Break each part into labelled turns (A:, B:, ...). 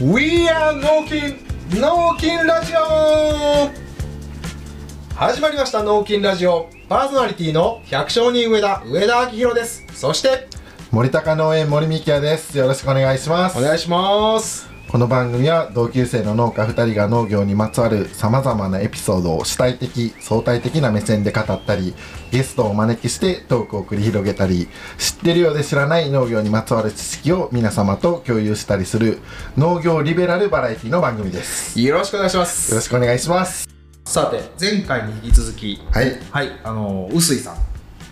A: We are 納金納金ラジオ始まりました納金ラジオパーソナリティの百姓人上田上田明宏ですそして
B: 森高農園森美也ですよろしくお願いします
A: お願いします
B: この番組は同級生の農家2人が農業にまつわるさまざまなエピソードを主体的相対的な目線で語ったりゲストをお招きしてトークを繰り広げたり知ってるようで知らない農業にまつわる知識を皆様と共有したりする農業リベラルバラエティの番組です
A: よろしくお願いしま
B: よろ
A: す
B: しくお願いします
A: さて前回に引き続き
B: はい
A: はいあの臼井さん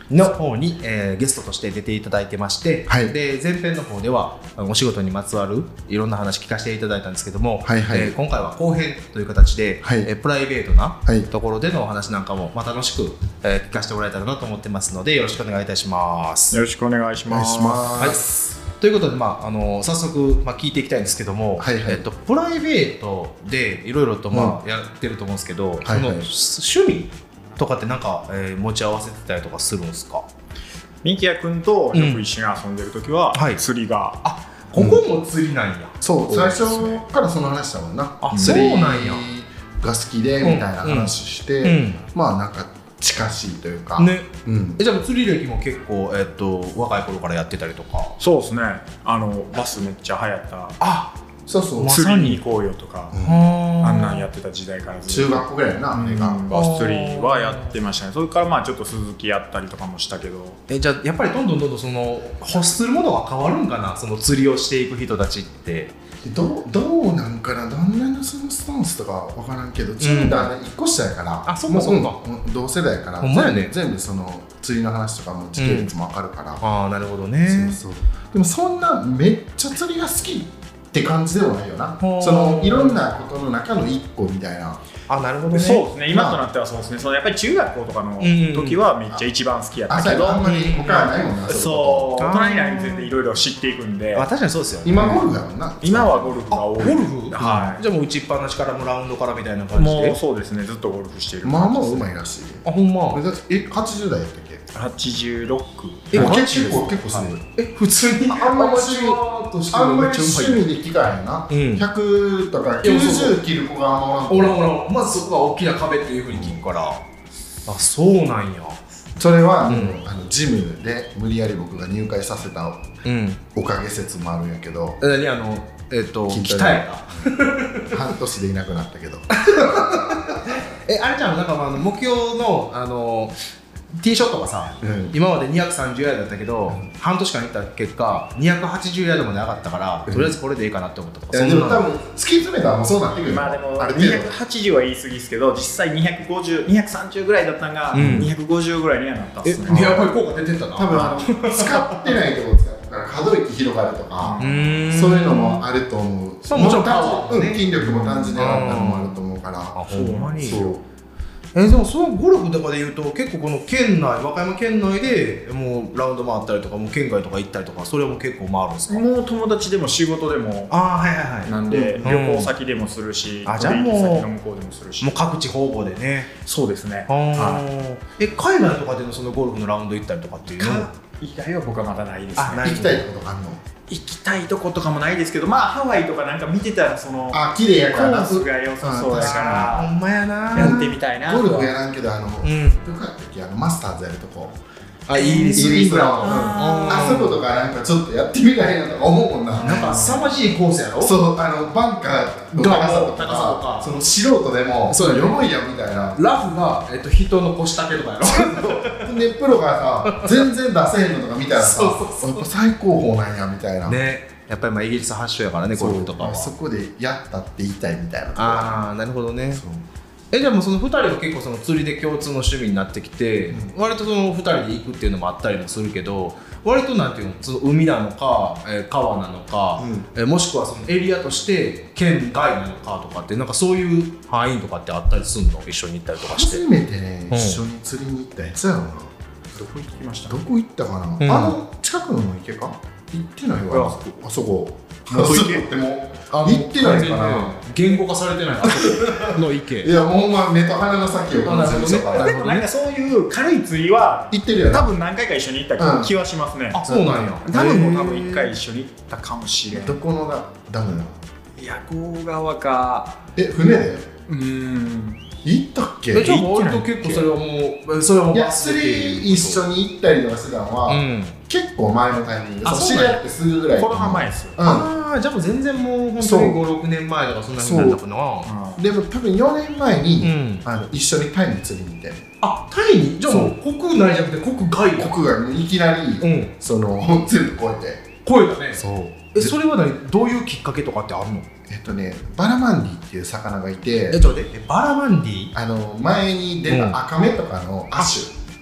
A: の方に、えーゲストとして出ていただいてまして、
B: はい
A: で前編の方ではあのお仕事にまつわるいろんな話聞かせていただいたんですけども、
B: はいはい
A: えー今回は後編という形で、
B: はい
A: えープライベートな
B: はい
A: ところでのお話なんかも、まあ、楽しく、えー聞かせてもらえたらなと思ってますのでよろしくお願いいたします。
C: よろしくお願いします。
B: お願いします
A: はいということで、まあ、あの早速、まあ、聞いていきたいんですけども、
B: はいはい
A: えっと、プライベートでいろいろと、まあやってると思うんですけど、
B: はいはい
A: その趣味とかってなんか、えー持ち合わせてたりとかするんですか
C: ミキヤ君とよく一緒に遊んでる時は、
A: うんはい
C: 釣りが、
A: あここも釣りなんや、
B: そう
A: そう
B: 最
A: ですね
B: 初からその話だもんな
A: あ
B: 釣り
A: そうなんや
B: が好きでみたいな話して、
A: うんうん
B: まあなんか近しいというか、
A: ね
B: うん
A: えじゃあ釣り歴も結構、えっと若い頃からやってたりとか
C: そうですね。あのバスめっちゃ流行った。
A: あ
B: そうそう、
A: ま
C: 釣
A: さに
C: りに行こうよとか、
B: うん
A: あ
C: あんなん
A: や
C: やってた時代からずっと
B: 中学校ぐらいやな、
C: う
B: あれ
C: ん
B: が、
C: バス釣りはやってましたね。それからまあちょっと鈴木やったりとかもしたけど、
A: えじゃあやっぱりどんどんどんどんその欲するものが変わるんかなその釣りをしていく人たちって
B: どうどうなんかな旦那のそのスタンスとかわからんけど自分らね一個下やから、
A: あそうかそうか
B: もうん同世代やから
A: ほんまやね
B: 全部全部その釣りの話とかも時系列もわかるから、
A: ああなるほどね
B: そうそうでもそんなめっちゃ釣りが好きって感じではないよな
A: ほう
B: そのいろんなことの中の一個みたいな
A: あなるほどね
C: そうですね。今となってはそうですね。そのやっぱり中学校とかの時はめっちゃ一番好きやった
B: 朝
C: け
B: や
C: ど、
B: あんまり他はないもんなう
C: そう
A: あー
C: 大人になるについていろいろ知っていくんで
A: まあ、、確かにそうですよね
B: 今ゴルフやもんな
C: 今はゴルフが多い。
A: ゴルフ
C: はい。
A: じゃあもう打ちっぱなしからもラウンドからみたいな感じ
C: も
A: で
C: うそうですね、ずっとゴルフしてる。
B: まあまあうまいらしい
A: あほんま
B: だってえ80代やったっけ
C: 86
A: え
B: あ
A: マジ
B: 結構結構すごい、
A: え普通に
B: あんまり趣味あんまり趣
A: 味
B: 味で聞かへんな、
A: うん
B: 100とか
A: いやそうそう
B: 90切る子があんまおらん
A: おらんおらんまずそこが大きな壁っていうふうに聞くからあそうなんや
B: それは、
A: うん
B: あのジムで無理やり僕が入会させた
A: うん
B: おかげ説もあるんや けど
A: 何あのえっ、と
B: 筋
A: 鍛
B: ト
A: えた
B: レ半年でいなくなったけど
A: えあれちゃんなんかまああの目標のあのティーショットがさ、
B: うん
A: 今まで230ヤードだったけど、半年間行った結果280ヤードまで上がったから、
B: うん
A: とりあえずこれでいいかなって思ったと
B: い
A: か、
B: や
A: ん
B: で
A: な
B: も多分突き詰めたらもうそうなってくるよ
C: まあでも
B: ある程度
C: 280は言い過ぎですけど実際250230ぐらいだったんが、
A: うん
C: 250ぐらいにはなったんです
A: え
C: ね
A: やっぱり効果出てったな
B: 多分あの使ってないところ使ったから可動域広がるとか、
A: うーん
B: そういうのもあると思う、
A: まあもちろん
B: 単
A: パワーもね
B: うん筋力も単純に上がったのもあると思うから、
A: あほんまに
B: そう
A: えでもそのゴルフとかでいうと結構この県内和歌山県内でもうラウンド回ったりとかもう県外とか行ったりとかそれも結構回るんですか、
C: もう友達でも仕事でも
A: ああはいはいはい
C: なんで、
A: ん
C: 旅行先でもするし、
A: あじゃあもう
C: 取引先の向こうでもするし
A: もう各地方々でね
C: そうですねは
A: はいえ海外とかでのそのゴルフのラウンド行ったりとかってい
C: いう
A: のも
C: か以外は僕はまだないです
A: あな
C: ね
A: い
B: 行きたいことがあるの
C: 行きたいとことかもないですけどまあハワイとかなんか見てたらその
B: あ綺麗や
C: コ
B: からな
C: ースが良さそう
A: あ
C: だ
A: ー
C: か
A: ほんまや
C: ら
A: な
C: やってみたいな
B: ゴル
C: と
B: フ
C: は
B: やらんけどあの、
A: う
B: よ
A: ん
B: かったっけあのマスターズやるとこ
A: あ
B: イギリス
A: イギランド
B: うん
C: あ
B: あそことかなんかちょっとやってみたいなとか思うもんな
A: なんか凄まじいコースやろ
B: そうあのバンカーの高さ
A: が
B: とか
A: もう高さとか
B: その素人でも
A: そうだね
B: よもいやみたいな
A: ラフが、えっと、人の腰丈とかやろ
B: でプロがさ全然出せへんのとか見たらさ
A: そう
B: やっぱ最高峰なんやみたいな、
A: ねやっぱりまあイギリス発祥やからね
B: そ
A: ゴ
B: う
A: ルフとかは
B: そこでやったって言いたいみたいなとこ
A: ああなるほどね
B: そう
A: えでもその2人は結構その釣りで共通の趣味になってきて、割とその2人で行くっていうのもあったりもするけど割となんていうのその海なのか、えー川なのか、えーもしくはそのエリアとして県外なのかとかってなんかそういう範囲とかってあったりするの一緒に行ったりとかして
B: 初めてね、
A: うん
B: 一緒に釣りに行ったやつやろな
C: どこ行ってきました
B: どこ行ったかな、
A: うん
B: あの近くの池か行ってないわ
C: あ
B: あそこ
C: あそこ行け
B: っても
A: あの
B: 行ってないかな
A: 言語化されてないあそこの意
B: い
A: 見
B: やもうほんま目と鼻の先を感じる人から
A: なるほ
C: で
A: ど
C: もなんかそういう軽い釣りは
B: 行ってるよ
C: 多
B: な
C: 分何回か一緒に行った気はしますね、
A: あそうなんや
C: 多分もう多分一回一緒に行ったかもしれん
B: どこのだダムなの
C: え夜行側か
B: え船で
C: うーん
B: 行ったっけ
A: えじゃあ
B: い
C: い
A: 割と結構それはもうえそれはもう
B: や釣り一緒に行ったりとかしてたのは、
A: うん
B: 結構前のタイミング
C: あ
B: そう
C: そう
B: 知
C: な
B: り
C: んや
B: 合ってすぐぐらい
C: コロナ前ですよ、
B: う
A: ああじゃあもう全然もう本
B: そ
A: 当
B: う
A: に56年前とかそんなふうになったかなん
B: でも多分4年前に、
A: うん
B: あの一緒にタイに釣りに行って
A: あタイにじゃあもう国内じゃなくて国外か
B: 僕がいきなり、
A: うん
B: その 全部こうやって
A: 声だね
B: そう
A: えそれは何どういうきっかけとかってあるの
B: えっとねバラマンディっていう魚がい
A: え
B: て
A: ちょっと待ってバラマンディ
B: あの前に出
A: うん
B: たアカメとかの亜種、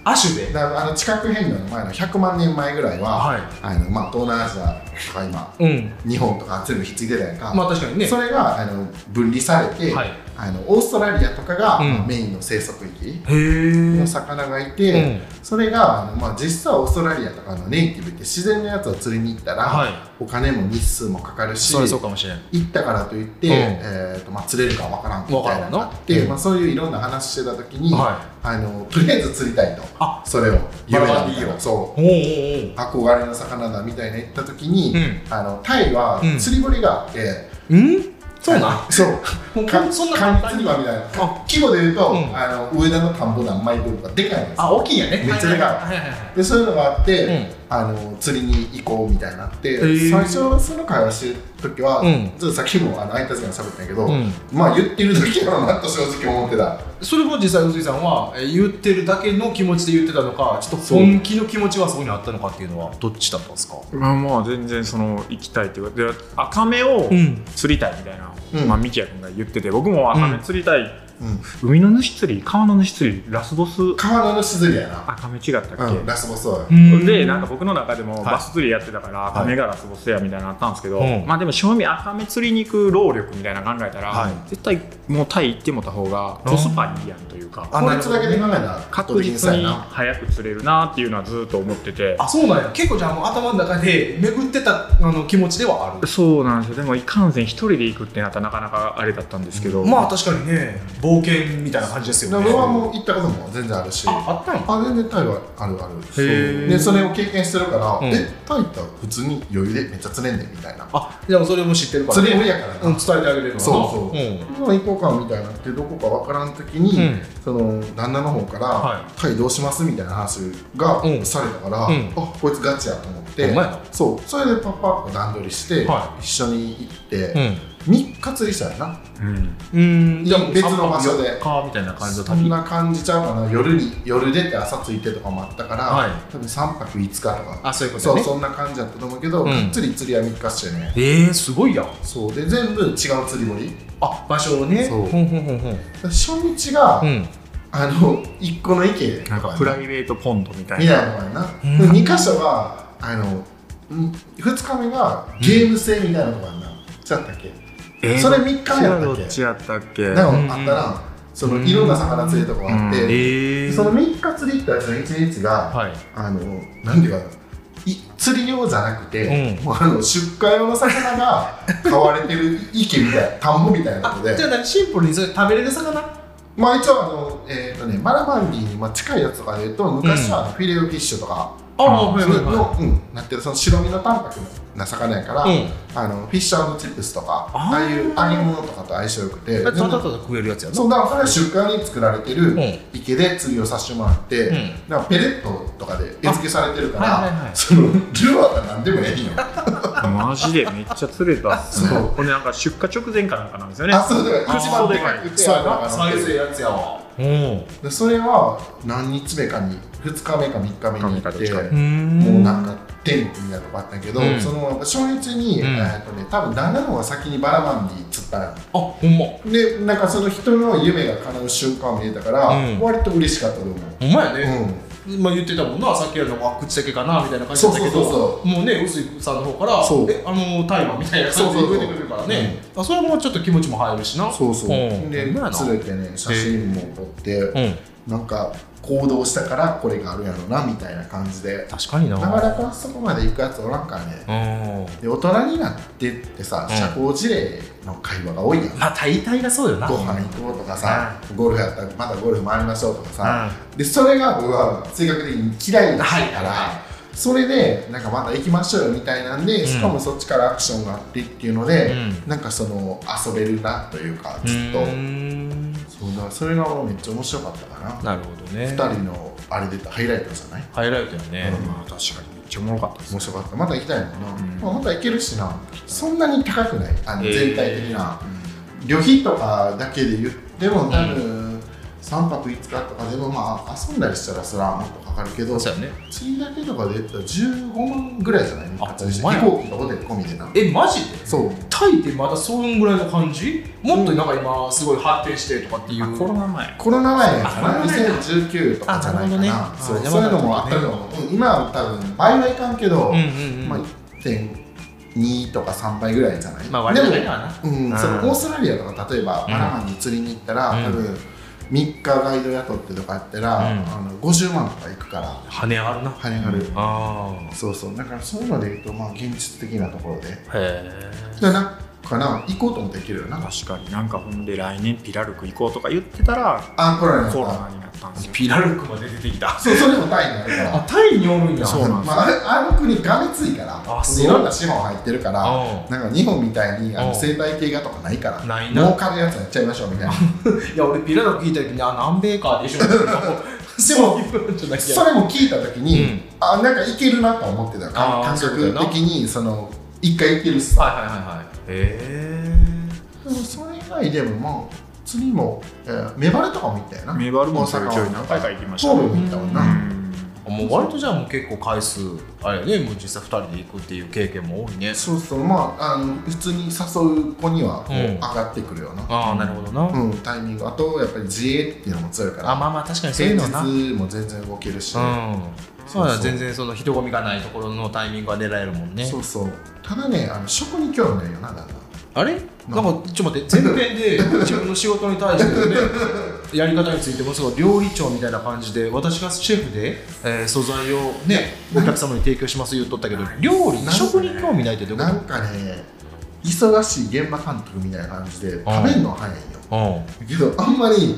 A: アシュで
B: だからあの地殻変動の前の100万年前ぐらいは、
A: はい
B: あのまあ、東南アジアとか今
A: うん
B: 日本とか全部ひっついてたやんか、
A: まあ確かにね
B: それがあの分離されて、
A: はいへ
B: あのオーストラリアとかが、
A: うん
B: メインの生息域
A: え
B: の魚がいて、それが、あのまあ、実はオーストラリアとかのネイティブって自然のやつを釣りに行ったら、
A: は
B: お金も日数もかかる
A: い
B: し
A: それそうかもしれない
B: 行ったからといって、
A: うん
B: えーとまあ、釣れるかわからんみたいなのがあって、
A: わからんな
B: まあ、そういういろんな話してた時に、
A: は
B: あのとりあえず釣りたいと
A: あ
B: それを夢だ
C: バラバラ
B: みた
C: でいい
B: い
C: よ
B: なそ
A: おおお
B: う憧れの魚だみたいな言った時に、
A: うん
B: あのタイは
A: うん
B: 釣り堀があって、
A: うんそうなん
B: あのそう
A: もう
B: か
A: そんな
B: 管理釣り場みたいな
A: あ
B: 規模で言うと、
A: うん
B: あの上田の田んぼ何枚分とかでかいんですよ
A: あ大きいんやね
B: めっちゃ
A: は
B: でかい
A: いはいはい
B: でそういうのがあって、
A: うん
B: あの釣りに行こうみたいになって、
A: ー
B: 最初その会話してる時は、
A: うん
B: ちょっとさっきもあの相手たちが喋ったんやけど、
A: うん
B: まあ言ってるだけやろうなと正直思ってた
A: それも実際宇津井さんはえー言ってるだけの気持ちで言ってたのかちょっと本気の気持ちがそこにあったのかっていうのはどっちだったんですか
C: まあまあ全然その行きたいっていうかで赤目を
A: ん
C: 釣りたいみたいな、
B: うん
C: まあ、ミキヤ君が言ってて僕も赤目釣りたい、
B: うん
C: 海の主釣り川の主釣りラスボス
B: 川の主釣りやな、
C: 赤目違ったっけ、
B: うん、ラスボスは
C: でなんか僕の中でも
A: い
C: バス釣りやってたから赤目がラスボスやみたいなのあったんですけど、
A: うん
C: まあでも正味赤目釣りに行く労力みたいなの考えたら、
A: はい
C: 絶対もうタイ行ってもた方がコスパいいやんというか
A: あ
B: こいつだけで考えたら
C: 確実に
B: な
C: 早く釣れるなっていうのはずっと思ってて
A: あそうなんや結構じゃあもう頭の中で巡ってたあの気持ちではある
C: そうなんですよでもいかんせん一人で行くってなったらなかなかあれだったんですけど、
A: まあ確かにね冒険みたいな感じですよね
B: 俺はもう行ったことも全然あるしあ
A: ああったの
B: 全然タイはあるあるそう
A: ー
B: でそれを経験してるから、
A: うん
B: えタイ行ったら普通に余裕でめっちゃ釣れんねんみたいな
A: あじゃあそれも知ってるから
B: 釣れるやからな、
A: うん伝えてあげれるわな
B: そうそ
A: うん
B: うまあ行こうかみたいになってどこかわからん時に、
A: うん
B: その旦那の方から、
A: は
B: タイどうしますみたいな話が
A: うん
B: されたから、
A: うん
B: あこいつガチやと思って、
A: ほんまやな
B: そうそれでパッパッと段取りして、
A: は
B: 一緒に行って、
A: うん
B: 3日釣りしたよな
C: うん
A: うんじゃあもう
B: 別の場所で
A: 散歩かみたいな感じの
B: そ
A: 旅
B: んな感じちゃうかな夜に夜出て朝着いてとかもあったから、
A: はい
B: 多分3泊5日とか
A: あそういうこと
B: そう
A: ね
B: そんな感じだったと思うけど、
A: うん
B: がっつり釣りは3日してね
A: えー、すごいやん
B: そうで全部違う釣り堀
A: あ場所をね
B: そう
A: ほんほんほんほん
B: 初日が、
A: うん
B: あの1個の池
C: なんかプライベートポンドみたい
B: み
C: な
B: たいなのやな、
A: うん
B: 2箇所はあのん2日目がゲーム性みたいなとこやな、ちゃったっけ、
C: えー
B: それ3日目やった
C: ど
B: っ
C: っち
B: け
C: やったっけ
B: なん
A: うん
B: かあったらそのいろんな魚釣りとかがあって、
C: うん
A: え
B: その3日釣り行ったうちの1日が、
A: はい
B: あのなんていうかない釣り用じゃなくて、
A: うん
B: もうあの出荷用の魚が買われてる池みたいな田んぼみたいなと
A: あ
B: こ
A: じゃ
B: で
A: あ何シンプルにそれ食べれる魚
B: まあ一応あの、えーとね、マラマンディにまあ近いやつとかで言うと昔はあのフィレオフィッシュとか、
A: あ
B: それの、うん、なってるその白身の淡白な魚やから、
A: うん
B: あのフィッシュチップスとか
A: あ
B: あ
A: ー
B: あいう揚げ物とかと相性良くて
A: ただただ
B: でも
A: 食えるやつやな
B: そうだからそれは出荷に作られてる
A: ん
B: 池で釣りをさせてもらって、
A: うん
B: だからペレットとかで絵付けされてるから、
A: あはいはいはい
B: そのルアーが何でもええ んよ
C: マジでめっちゃ釣れたっすね
B: そう
C: これなんか出荷直前かなんかなんですよね
B: あそうだから
C: 口
B: 一
C: も
B: 番
C: で
B: で
C: か
B: か
C: い
B: くて
A: そうや
B: あ
A: な
B: の
A: サイズええやつやわうん
B: でそれは何日目かに2日目か3日目に行っ
C: 二日目かどっちか
B: て
A: うーん
B: もうなんか天国みたいなのがあったんやけど、
A: うん
B: その初日に、
A: うん
B: えーっとね、多分旦那の方が先にバラマンディ釣ったんよ
A: あほんま
B: でなんかその人の夢が叶う瞬間を見えたから、
A: うん
B: 割と嬉しかったと思う、う
A: ほんまやね、
B: ん、
A: まあ言ってたもんなさっきやるのが口だけかなみたいな感じだったけど
B: そうそうそう
A: もうね臼井さんの方から
B: そう
A: えあのタイマーみたいな感じで増えてくれるからねあそれもちょっと気持ちも入るしな
B: そうそう、
A: うん
B: で
A: ほんまやな
B: 連れてね写真も撮って、
A: うん
B: なんか行動したからこれがあるやろなみたいな感じで
A: 確かにな
B: なかなかそこまで行くやつおらんからね
A: うん
B: で大人になってってさ
A: うん
B: 社交辞令の会話が多いやん、
A: まあ大体がそうよな
B: ご飯行こうとかさ、ゴルフやったらまたゴルフ回りましょうとかさ、
A: う
B: でそれが僕は性格的に嫌いだから、
A: はい
B: それでなんかまだ行きましょうよみたいなんで、
A: ん
B: しかもそっちからアクションがあってっていうので、
A: う
B: なんかその遊べるなというかずっと、
A: うーん
B: そうだそれがもうめっちゃ面白かったかな、
A: なるほどね
B: 2人のあれ出たハイライトじゃない
A: ハイライトやね、
C: まあ確かにめっちゃおもろかったです
B: 面白かったまた行きたいもんな、
A: ん
B: まあまた行けるしなそんなに高くないあの
A: えー
B: 全体的な、旅費とかだけで言っても多分3泊5日とかでもまあ遊んだりしたらそれはもっとかかるけど
A: そうやね
B: 次だけとかで言ったら15万ぐらいじゃない
A: あ
B: 飛
A: ほんまや
B: 行機とホテル込みでな
A: えマジで
B: そう
A: タイでまだそんぐらいの感じもっとなんか今すごい発展してとかっていう、
C: あコロナ前
B: コロナ前か
A: あコ
B: な
A: ロナ前
B: 2019とかじゃないかな
A: あなるほ
B: そ
A: ど
B: う
A: ねあ
B: そういうのもあった
A: じゃあ
B: と思う、うん今は多分倍はいかんけど、
A: うんうんうん
B: まあ、1.2とか3倍ぐらいじゃない、
A: まあ割
B: で
A: と
B: も
A: ねはな
B: うん、
A: あー
B: そのオーストラリアとか例えばパナマに釣りに行ったら、
A: うん
B: 多分3日ガイド雇ってとかやったら、
A: うん
B: あの50万とかいくから
A: 跳ね上がるな
B: 跳ね上がる、
A: あ
B: そうそうだからそういうので言うとまあ現実的なところで
A: あへえ
B: だからかな行こうと思って行けるよな
C: 確かになんかほんで来年ピラルク行こうとか言ってたら
B: あコロナ
C: コロ
B: の
C: ナになったんですよ
A: ピラルクまで出てきた
B: そうそれもタイにあるから
A: タイにおるんや
C: そうなんです
B: まあ、あれあの国がめついから
A: あそう
B: いろんな資本入ってるから
A: う
B: なんか日本みたいにあ
A: う
B: の
A: ん
B: 生態系がとかないから
A: ないな
B: 儲かるやつやっちゃいましょうみたいな
A: いや俺ピラルク聞いた時にあ南米かでしょでもじゃなき
B: それも聞いた時に、
A: うん
B: あなんかいけるなと思ってたか
A: あー
B: 感
A: そういう
B: 覚
A: ことやな
B: 的にその一回いけるしさ
A: はいはいはいはいへ
B: でもそれ以外でもまあ次も、えー、メバルとかも行ったよな
C: メバルもちょい
B: 大
C: ちょい
B: 阪
C: 何回か行きました
B: 神戸も
C: ね
B: 行ったもん
C: う
B: な、
C: ん
A: えもう割とじゃあもう結構回数あれやねもう実際2人で行くっていう経験も多いね
B: そうそうまああの普通に誘う子にはこう
A: うん
B: 上がってくるよな、
A: ああなるほどな、
B: うんタイミングあとやっぱり自衛っていうのも強いから
A: あまあまあ確かにそうい
B: 前
A: う
B: 日
A: のはな
B: も全然動けるし、
A: うんそうだ全然その人混みがないところのタイミングが狙えるもんね
B: そうそうただねあの食に興味ないよなだんだん
A: あれなんかちょっと待って前編で自分の仕事に対しての ねやり方についてもすごい料理長みたいな感じで私がシェフで、えー素材をねお客様に提供します言っとったけど料理
B: なんかね
A: 食に興味ないってどういう
B: な
A: こ
B: んかね忙しい現場監督みたいな感じで食べるのは早いよ
A: とうん
B: だけどあんまり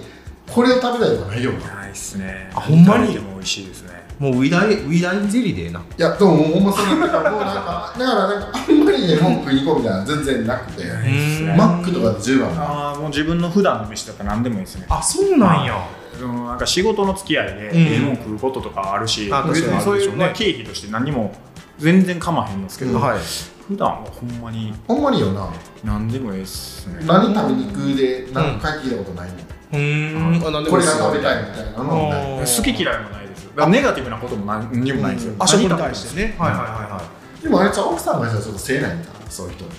B: これを食べたいとかないよない
C: ないっすね
A: あほんまに
C: でも美味しいですね
A: もうウィダイウィダイゼリーでええな
B: やでもほんまそうなんだからもうなんかだからなんかあんまりね文句に行こうみたいなの全然なくて
C: ないっすね
B: マックとかで10番な
C: ああもう自分の普段の飯だったら何でもいいですね
A: あそう
C: なん
A: や
C: そのなんか仕事の付き合いで
A: うん
C: ええもん食うこととかあるし、
A: あ
C: 別に
A: 確かに
C: そ
A: ある
C: う
A: で
C: い
A: し
C: う
A: ょう
C: の
A: ね
C: は経費として何も全然かまへんのですけど、
B: うん
A: はい
C: 普段はほんまに
B: ほんまによな
C: 何でもええっすね
B: 何食べに行くで何回聞いたことないもん、
A: うーんあなんで
B: こ
A: も
B: れが
A: すご
B: 食
A: い
B: べたいみたいなのもない
C: 好き嫌いもないですだからネガティブなことも何にもないですよ、
B: うん
A: あ
C: 何
A: 食
C: 食
A: に
C: べたい
A: 対してねはいはいはいはい
B: でもあれじゃ奥さんがさちょっとせえないんだなそういう人って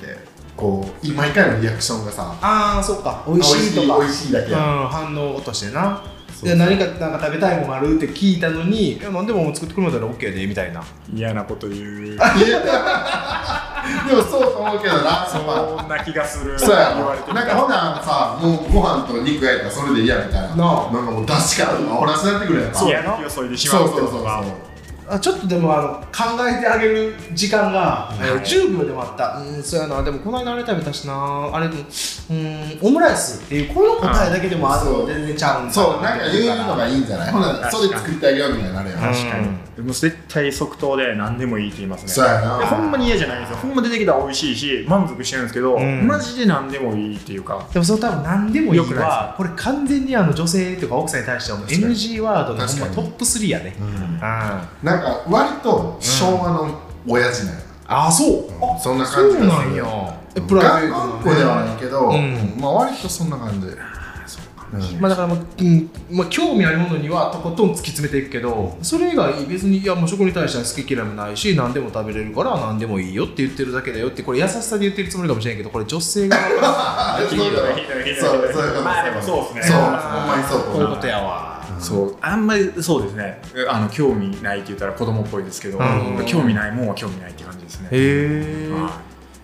B: こう毎回のリアクションがさ
A: ああそっか美
B: 美
A: 味しいとか
B: 美味しいだけ
A: うん、
B: や
A: 反応としてな
B: そう
A: で何かなんか食べたいもんあるって聞いたのにいや何でも作ってくるんだったら OK でみたいな
C: 嫌なこと言う
B: いやでもそうと思うけどなそ
C: そんな気がする
B: そうや
C: 言われて
B: ろ
C: みた
B: なん
C: ら
B: かほなさもうご飯と肉焼いたらそれでいいやみたい
A: な
B: な
A: あ
B: なんかもう出汁からおらしなってくるやんか
C: 嫌な気をそいでし
B: そ
C: ま
B: うう
C: っ
B: そ
C: て
B: う
C: こ
B: そうそ
C: と
B: う
C: が
A: あちょっとでもあの考えてあげる時間が、えー10秒でもあったうんそうやなでもこの間あれ食べたしなあれもうんオムライスっていうこの答えだけでもあ
B: う
A: の
B: ん
A: 全然ちゃうんだ
B: そうなんか言うのがいいんじゃないほ
C: 確か
B: な
C: に
B: それ作ってあげようみたいになるやん
A: 確
C: 確か
A: か
C: に
A: に、
C: でも絶対即答で何でもいいって言いますね
B: そうやな
C: でほんまに嫌じゃないんですよほんま出てきたら美味しいし満足してるんですけど、
A: うん
C: マジで何でもいいっていうか
A: でもそれ多分何でもいい
C: よくない
A: わこれ完全にあの女性とか奥さんに対してはもう
B: 確かに
A: NG ワードのほんま
B: 確か
A: ト
B: に
A: ップ3やね
B: うん
A: あ
B: なんか割と昭和の親父なんや
A: あそうあ
B: そんな感じがする
A: そうなんやえ
B: プ
A: プラ
B: ラ
A: イ
B: イ
A: ベー
B: ベ
A: ト
B: ー
A: の
B: トではないけど、
A: うん
B: まあ割とそんな感じうん
A: まあだからもう、うんまあ、興味あるものにはとことん突き詰めていくけどそれ以外別にいやもう食に対しては好き嫌いもないし何でも食べれるから何でもいいよって言ってるだけだよってこれ優しさで言ってるつもりかもしれんけどこれ女性が
B: あ
C: ひどいことひどいひどい
B: そうそういうこと
C: まあでもそうっすね
B: そうほんまにそう
A: こういうことやわ
C: そうあんまりそうですねあの興味ないって言ったら子供っぽいですけど、
A: うん
C: 興味ないもんは興味ないって感じですね、
A: へえ
C: は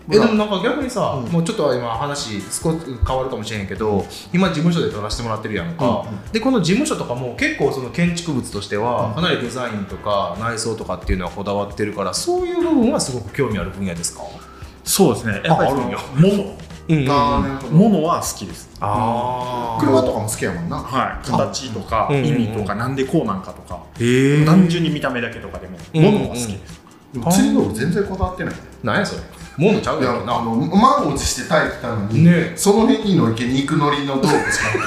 A: えでもなんか逆にさ、
B: うん
A: もうちょっと今話少し変わるかもしれへんけど今事務所で撮らせてもらってるやんか、でこの事務所とかも結構その建築物としてはかなりデザインとか内装とかっていうのはこだわってるからそういう部分はすごく興味ある分野ですか
C: いそうですねやっぱり
A: あ
C: そ
A: ある
C: の
A: んや
C: もも
A: うん
B: あーなるほど
C: ものは好きです
A: あ
B: 車とかも好きやもんな、
C: はい形とか
A: うん
C: 意味とかなんでこうなんかとか
A: え
C: 単純に見た目だけとかでも
A: うん
C: ものは好きです
B: でもチェーン全然こだわってない
A: なんやそれものちゃう
B: い
A: や
B: や
A: ろ
B: あ
A: な
B: の満を持してタイ来たのに、
A: ね
B: その辺にの池に行くノリの道具しか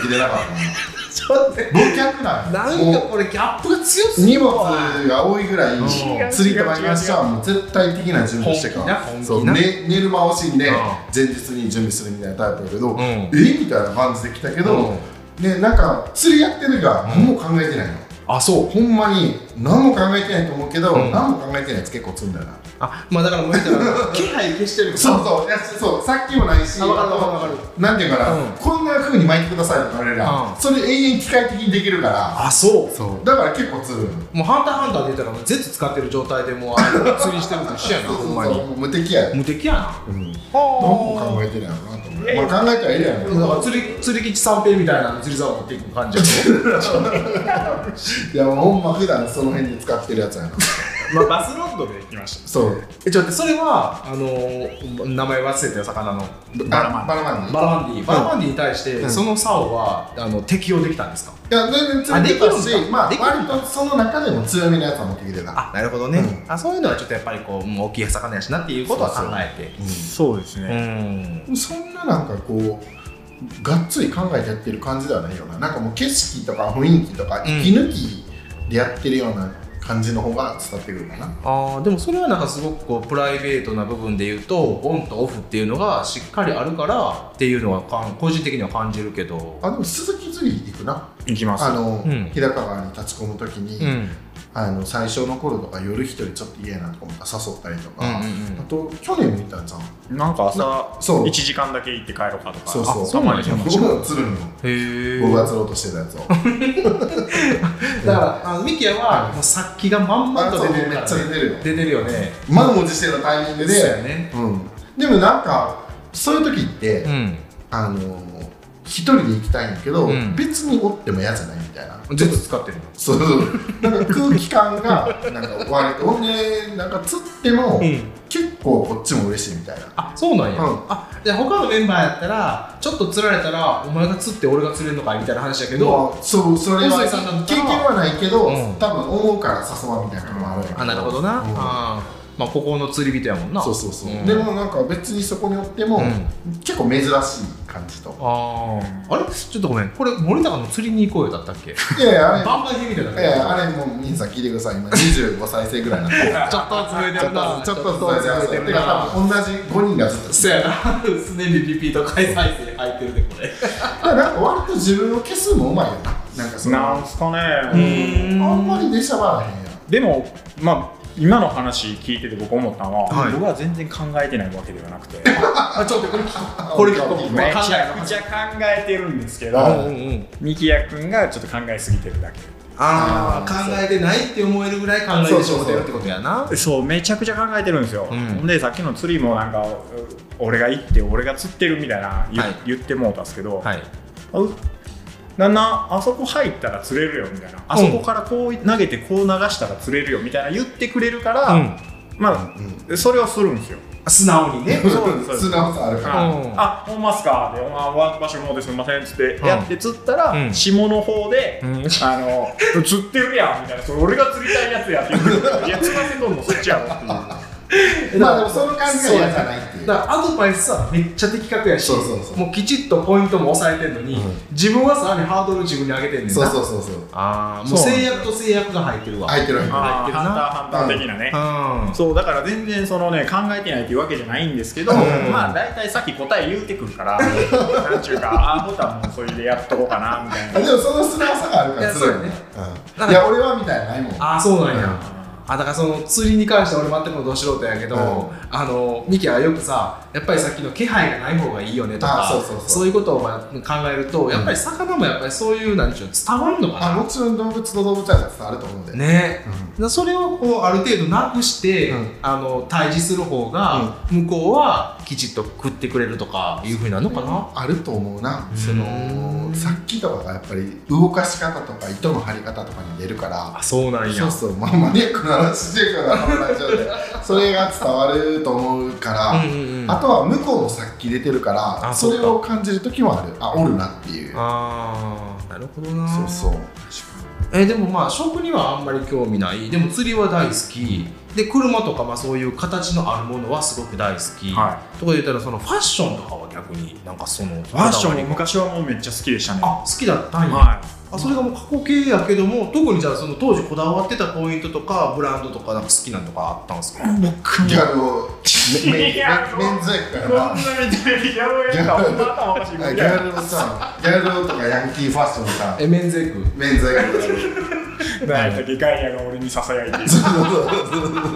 B: 入れなかった
A: ちょっと
B: の忘却なん
A: な
B: よ
A: んか
B: も
A: これギャップが強
B: う
A: すぎ
B: 荷
A: る
B: 物
A: わ
B: が多いぐらい
A: 違う
B: 釣りとかに関してはもう絶対的な準備してか
A: 本気な
B: ら
A: 本気な
B: そう、ね、寝る間を惜しんで
A: うん
B: 前日に準備するみたいなタイプだけど、
A: ん
B: えみたいな感じで来たけど、ね、なんか釣りやってるから何も考えてないの、
A: あそう
B: ほんまに何も考えてないと思うけど、
A: うん
B: 何も考えてないやつ結構釣るんだよな
A: あまあだからもう言ったら 気配消してるから
B: そうそういやそうさっきもないし
A: あわかるわかるわかる
B: なんていうかな、
A: うん
B: こんな風に巻いてくださいとか言われりゃ、
A: うん
B: それ永遠機械的にできるから
A: あそう
B: そうだから結構釣る
A: もうハンターハンターで言ったらもう絶使ってる状態でもうあ の釣りしてるのと一緒やな
B: そう
A: ほ
B: そ
A: ん
B: う
A: ま
B: そう
A: に
B: もう無敵や
A: 無敵やな
B: うん、どうも考
A: は
B: えてるやろなと思う、まあ、考えたらいいやろ
A: だから釣り釣り吉三平みたいな釣り竿持っていく 感じやろ
B: いやもうほんま普段その辺で使ってるやつやな
C: まあバスロードで行きました
B: そう
A: えちょっとそれはあのー名前忘れたよ魚の
C: バラマン
B: バラマンに
A: バラマンディバラマンディに対して、
B: うん
A: その竿はあの適用できたんですか
B: いや全然釣れてた
A: あできるん
B: し
A: だ
B: まあ
A: できる
B: 割とその中でも強めのやつは持ってきてた
A: あなるほど
B: ね
A: あそういうのはちょっとやっぱりこうもう大きい魚やしなっていうことは考えて
C: そうです
A: う
C: ね
A: ん
B: そんななんかこうがっつり考えてやってる感じではないよななんかもう景色とか雰囲気とか
A: うん
B: 息抜きでやってるような感じの方が伝わってくるかな、
A: あーでもそれはなんかすごくこうプライベートな部分で言うとオンとオフっていうのがしっかりあるからっていうのはかん個人的には感じるけど
B: あでも鈴木釣り行くな
C: 行きます
B: あの、
A: うん
B: 日高川に立ち込む時に、
A: うん
B: あの最初の頃とか夜一人ちょっと嫌やなとか思ったら誘ったりとか、
A: うんうんうん
B: あと去年見たじゃん
C: なんか朝
B: そう
C: 1時間だけ行って帰ろうかとか
B: そうそう
C: あたまに
A: そうなん
B: 僕も釣るの
A: へえ
B: 僕が釣ろうとしてたやつを
A: だからあのミキヤはもうさっきがまんま
B: あ
A: と
B: そう
A: 出
B: め
A: て
B: っ
A: るから
B: ちゃ出てるよ
A: 出てるよね
B: 満を持してのタイミングで
A: そうやね
B: うん、でもなんかそういう時って、
A: ん
B: あのー一人で行きたいんだけど、
A: うん
B: 別におっても嫌じゃないみたいな
A: 全部使ってるの
B: そうそうなんか空気感がなんか割とほんでなんか釣っても、
A: うん
B: 結構こっちも嬉しいみたいな
A: あそうなんや、
B: うん
A: あじゃあ他のメンバーやったらちょっと釣られたらお前が釣って俺が釣れるのかいみたいな話やけど、
B: まあそうそれ
A: 細井さんだった
B: は
A: ら
B: 経験はないけど、
A: うん
B: 多分思うから誘わんみたいなのもあるんやけ
A: あなるほどな、
B: うん
A: あーまあここの釣り人やもんな
B: そうそうそう、
A: ん
B: でもなんか別にそこにおっても、
A: う
B: 結構珍しい感じと
A: あーあれちょっとごめんこれ森高の釣りに行こうよだったっけ
B: いやいやあれ
A: バンバンみたいな感
B: いやいやあれもう兄さん聞いてください今25再生ぐらいなんで
A: ちょっと釣れて
B: ちょ
A: る
B: っ
A: な
B: とちょっとそうですよてか多分同じ5人がずっと
A: そうやな常にリピート開催生入ってるでこれ
B: だからなんか割と自分を消すのもうまいよななんかその
C: なんすかね
B: あんまり出しゃばらへんやん
C: でもまあ今の話聞いてて僕思ったのは、
A: はい
C: 僕は全然考えてないわけではなくて
A: あちょっとこれ聞これ聞こう
C: めちゃ
A: 考
C: くちゃ考えてるんですけど、
A: えうんうんうん
C: ミキヤ君がちょっと考えすぎてるだ
A: あ
B: あ
A: あ考
B: ー
A: えてないって思えるぐらい考えてしまってるってことやな
C: けそうめちゃくちゃ考えてるんですよ、
A: うん
C: ほんでさっきの釣りもなんかう俺が行って俺が釣ってるみたいな言,、
A: はい
C: 言ってもうたんですけど、
A: はい
C: あうなんなんあそこ入ったら釣れるよみたいな、あそこからこう投げてこう流したら釣れるよみたいな言ってくれるから、
A: うん
C: まあそれをするんですよ
A: 素直にね
C: そうですそうです
B: 素直さあるから
A: うん
C: あほんまっすかで、まあ、わ場所もうですみませんっつって
A: うん
C: やって釣ったら、
A: うん
C: 下の方で、
A: うん
C: あの釣ってるやんみたいなそれ俺が釣りたいやつやって言う けどいや釣らせとんのそっちやろっていう
B: まあでもその感じが嫌じゃないっていう
A: だからアドバイスはめっちゃ的確やし
B: そうそうそう
A: もうきちっとポイントも抑えてるのに、
B: うん
A: 自分はさらにハードル自分に上げてんねんな
B: そうそうそうそう
A: ああもう
C: そう
A: 制約と制約が入ってるわ
B: 入ってる入ってる
C: あ
A: 入って
C: ー
A: るな
C: ハンターハンター的なね、
A: うん
C: そうだから全然そのね考えてないっていうわけじゃないんですけど、
A: うん
C: まあ大体さっき答え言うてくるからなんちゅうかああボタンもそれでやっとこうかなみたい
B: あ
C: な
B: でもその素直さがあるから
A: いや
B: すごいよねうんいや俺はみたいなのないもん
A: ああそうなんや、
B: うん
A: あだからその釣りに関しては俺全くのど素人やけど、
B: うん
A: あのミキはよくさやっぱりさっきの気配がない方がいいよねとか
B: あそうそうそう
A: いうことをまあ考えるとやっぱり魚もやっぱりそういうなんでしょう伝わるのか
B: あ
A: な
B: もちろん動物と動物は伝わると思うんで
A: ね、
B: うん
A: だからそれをこうある程度なくして、
B: うん
A: あの対峙する方が向こうはきちっと食ってくれるとかいうふうになるのかな
B: あると思うなそ
A: うん
B: のさっきとかがやっぱり動かし方とか糸の張り方とかに出るから
C: あそうなん
B: そ
C: や
B: うそうまあマニアックな話してるからこのラジオでそれが伝わると思うから、
A: うんうんうん
B: あとは向こうもさっき出てるから
C: あ
B: それ
C: そ
B: を感じる時もあるあおるなっていう
C: あ
A: なるほどな
B: そうそう
A: えーでもまあ食にはあんまり興味ないでも釣りは大好きで車とかまあそういう形のあるものはすごく大好き、
C: は
A: とか言ったらそのファッションとかは逆になんかそのフ
C: ファッション昔はもうめっちゃ好きでしたね
A: あ好きだったんや、
C: は
A: あそれがもう過去形やけども特にじゃあその当時こだわってたポイントとかブランドとかなんか好きなのとかあったんですか
C: い僕
B: ギャルをメメメメンズ
C: い
B: や
C: や
B: から
C: こんな
B: な
C: みた いにやろうやんかほんま頭おかしいみた
B: あ
C: い
B: ギ
C: な
B: ャルをさギャル男とかヤンキーファッションとか
A: えメンズエッグ
B: メンズやから
C: なんやったっけガイアが俺にささやいている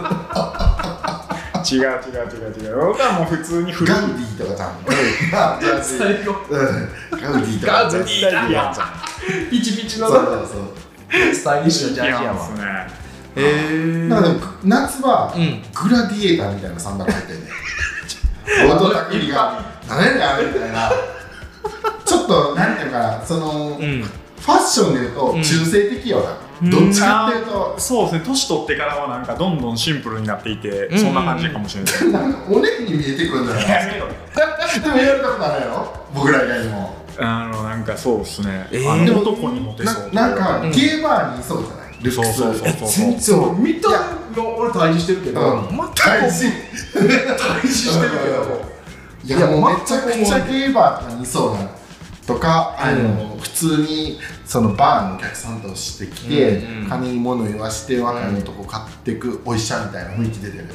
C: 違う違う違う違う僕はもう普通に古い
B: ガウディとかさガウディ
A: 高
B: うんガウディと
A: ガ
B: か
A: ウディ
C: 絶対嫌やんそう
A: ピチピチ
B: そうそうそう
A: スタイリッシュなジャージや
C: やん
A: わ
C: すね
A: へえ
B: なんかでも夏は
A: うん
B: グラディエーターみたいなサンダル履いてんねん音たくりが何やねんあれみたいなちょっとなんていうのかなそのフ
A: うん
B: ァッションでいうと
A: ん
B: 中性的よ
C: うん
B: などっちかっていうと
C: そうですね年取ってからはなんかどんどんシンプルになっていて、
A: うん
C: そんな感じかもしれない
B: なんかおねきに見えてくるんだよな
C: やめろ
B: でもやることないよ僕ら以外にも
C: あのなんかそうですね、
A: えー
C: あの男にモテそ
B: な
C: う
B: なんか、
A: うん
B: ゲーバーにいそうじゃないルッ
C: そう
B: クス
C: そうそうそうそう
A: 全然俺見たの俺対峙してるけど
B: うん
A: 全く
B: 大事
A: 対峙してるけ
B: うん
A: ど
B: い
A: いや
B: やもうめ
A: 全
B: ちゃ
A: く
B: くちゃゲーバーとかにいそうなとか、あの普通にそのバーのお客さんとしてきて、
A: うんうん
B: 金に物言わして若い男買ってくお医者みたいな雰囲気出てる、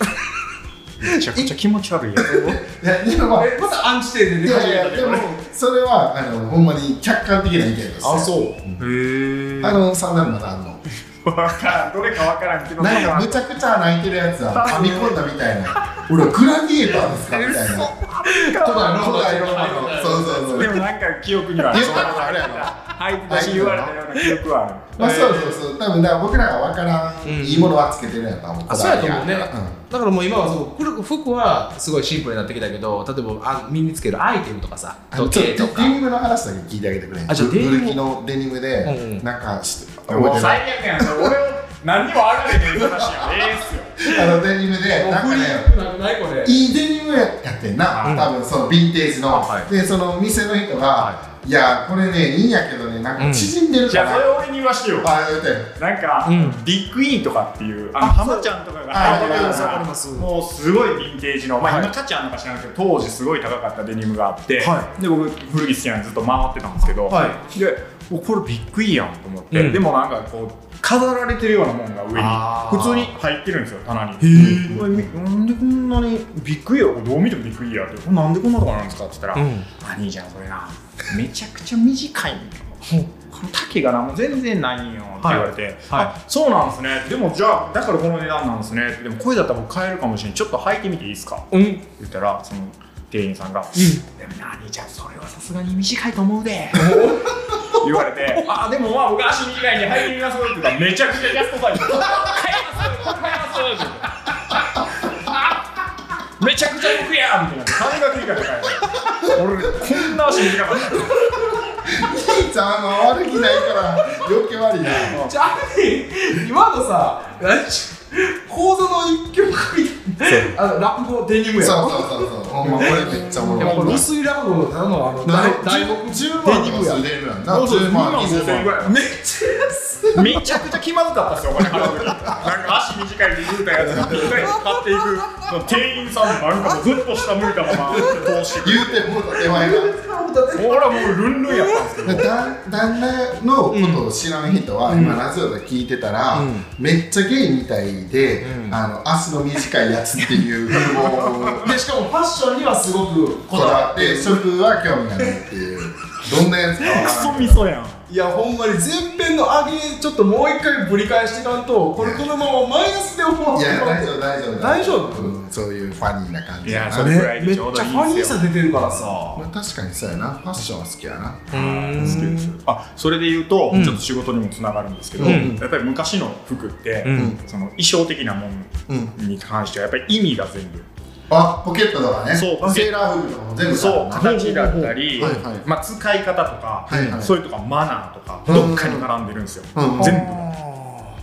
C: めちゃくちゃ気持ち悪いやつ
B: いやでもまあい
A: えまたアンチテーゼ出て
B: や
A: 始め
B: い
A: た
B: や
A: け
B: で
A: ど
B: も
A: ね
B: それはあのほんまに客観的な意見ですよ
A: あそう
C: へ
B: あのサンダルまだあんの
C: 分からんどれか分からんけど
B: なんか
C: なん
B: む
C: か
B: ちゃくちゃ泣いてるやつは噛み込んだみたいな俺はグラディエーターですかみたいな古代の古代ローマのそうそう
C: で
B: そう
C: もなんか記憶にはある
B: 言ったことあるやろ
C: はい私言われたような記憶はある
B: まあそうそうそう多分だから僕らが分からん、
A: うん
B: いいものはつけてるんやと思う
A: あそうやと思うね
B: 古代
A: だからもう今はそう服服はすごいシンプルになってきたけど例えばあ身につけるアイテムとかさ
B: がうん
A: 時計
B: ちょ
A: と
B: っと
A: か
B: デニムの話だけ聞いてあげてくれん
A: あじゃあデニム
B: 古着のデニムで、
A: うんうん
B: なんかして
C: も
B: 覚え
C: う
B: てない
C: 最悪やんそれ俺は何にもあるねん話やんええっす よ
B: あのデニムでなんかね
A: なくないこれ
B: いいデニムやってんな、
A: うん
B: 多分そのヴィンテージの、
A: あはい
B: でその店の人が、、
A: はい
B: やこれねいいんやけどねなんか縮んでる
C: じ
B: か
C: ゃあ
B: ら、
C: それ俺に言わしてよ
B: あ言うて
C: なんか、
A: うん
C: ビッグインとかっていうあの浜ちゃんとかが入ってるよう
B: あわか
A: り
C: な
A: ます
C: もうすごいヴィンテージの、まあ、
A: はい
C: 今価値あるのか知らないけど当時すごい高かったデニムがあって、
A: は
C: で僕古着好きなんでずっと回ってたんですけど、
A: は
C: でおこれビッグインやんと思って、
A: うん
C: でもなんかこう飾られてるようなもんが
A: あ
C: 上
A: ー
C: に普通に入ってるんですよ棚に
A: へー
C: これみなんでこんなにビッグインやこれどう見てもビッグインやってこれなんでこんなとこなんですかって言った
A: う
C: ら、
A: ん
C: 兄ちゃんそれなめちゃくちゃ短いんよこの丈がなもう全然ないんよって言われて、
A: はい
C: あそうなんですねでもじゃあだからこの値段なんですねってでもこれだったら僕買えるかもしれんちょっと履いてみていいですか
A: うん
C: 言ったらその店員さんが「
A: ん
C: でもな兄ちゃんそれはさすがに短いと思うで」 言われて「あでもまあ僕足短いんで履いてみます」って言ったらめちゃくちゃジャストサイズ「買います買います」って言ってあめちゃくちゃ僕やみたいな髪が切り替えて俺こんな足短かった
B: 兄ちゃんあの悪気ないから余計悪いな
A: じゃあ今のさ何し講座の一曲みたいなあの落語デニムや
B: そ
A: ろ
B: うそうそうそうほんまこれめっちゃおも
A: でもこ
B: ろ
A: れ
B: い
A: 無水落語のただのあの
B: な
A: 大
B: 大
A: 木
B: 木10万とかするデニムやんな10万20万
C: めっちゃ安いめちゃくちゃ気まずかったですよお金払う時なんか足短いって言うたやつ が短いって買っていくその店員さんもなんかもうずっと下向いたままこうして
B: 言うてもうと手 前が
C: 俺はもうルンルンやったんですけど
B: だ旦那のことを知らん人は、今ラジオで聞いてたら、
A: うん
B: めっちゃゲイみたいで、
A: うん
B: あの足の短いやつっていう風貌
A: でしかもファッションにはすごく
B: こだわって食は興味がないっていうどんなやつか
C: クソ
B: わからん
C: 味噌やん
A: いやほんまに前編の上げちょっともう一回ぶり返していかんとこれこのままマイナスで思う
B: いや大丈夫大丈夫
A: 大丈夫
B: うんそういうファニーな感じ
C: いや
B: な
C: それ
A: ねめっちゃファニーさ出てるからさ
B: まあ、確かにそうやなファッションは好きやな
C: 好きですあそれで言うと、
A: うん
C: ちょっと仕事にもつながるんですけど、
A: うん
C: やっぱり昔の服って、
A: うん
C: その衣装的なもん
B: うん
C: に関してはやっぱり意味が全部
B: あポケットとかね
C: そうポケット
B: セーラー服とかも全部
C: そう
B: 買
C: 形だったり、
B: はいはい
C: まあ、使い方とか、
B: はいはい
C: そういうとかマナーとか
B: うん
C: どっかに並んでるんですよ、
B: うん
C: 全部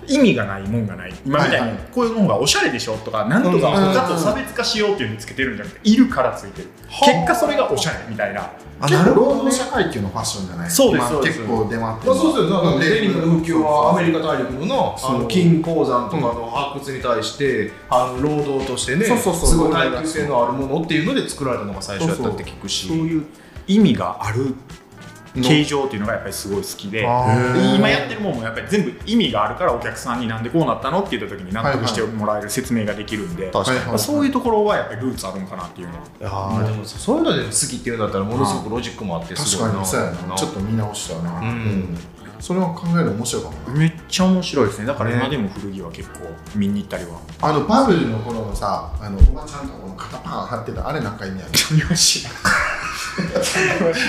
C: 意味がないもんがない今みたいに、
B: はいはい
C: こういうのがおしゃれでしょとかなんとか
B: うん
C: 他と差別化しようっていうのつけてるんじゃなくているからついてる結果それがおしゃれみたいな
B: あなるほどね結構労働社会っていうのファッションじゃない
C: そうです
B: まあ
C: そうです
B: 結構出回って
A: まあ、そうですよ、なんかデニムの普及はアメ
B: リ
A: リカ大陸のあ
B: そう
A: の金鉱山とかの発掘に対して、あの労働としてね
B: そうそうそう
A: すごい耐久性のあるものっていうので作られたのが最初だったって聞くし
C: そういう意味がある形状っていうのがやっぱりすごい好きで
B: あー
C: 今やってるもんもやっぱり全部意味があるからお客さんになんでこうなったのって言った時に納得してもらえる説明ができるんで、
B: 確かに
C: やっぱそういうところはやっぱりルーツあるんかなっていうのは
A: あーでもそういうので好きっていうんだったらものすごくロジックもあってす
B: 確
A: ごい
B: か
A: な
B: にそうやなちょっと見直したな
A: うん
B: それは考えるの面白いかもな
C: めっちゃ面白いですねだから今でも古着は結構見に行ったりは
B: あのバブルの頃のさあのおばちゃんとこの肩パン貼ってたあれなんか意味ある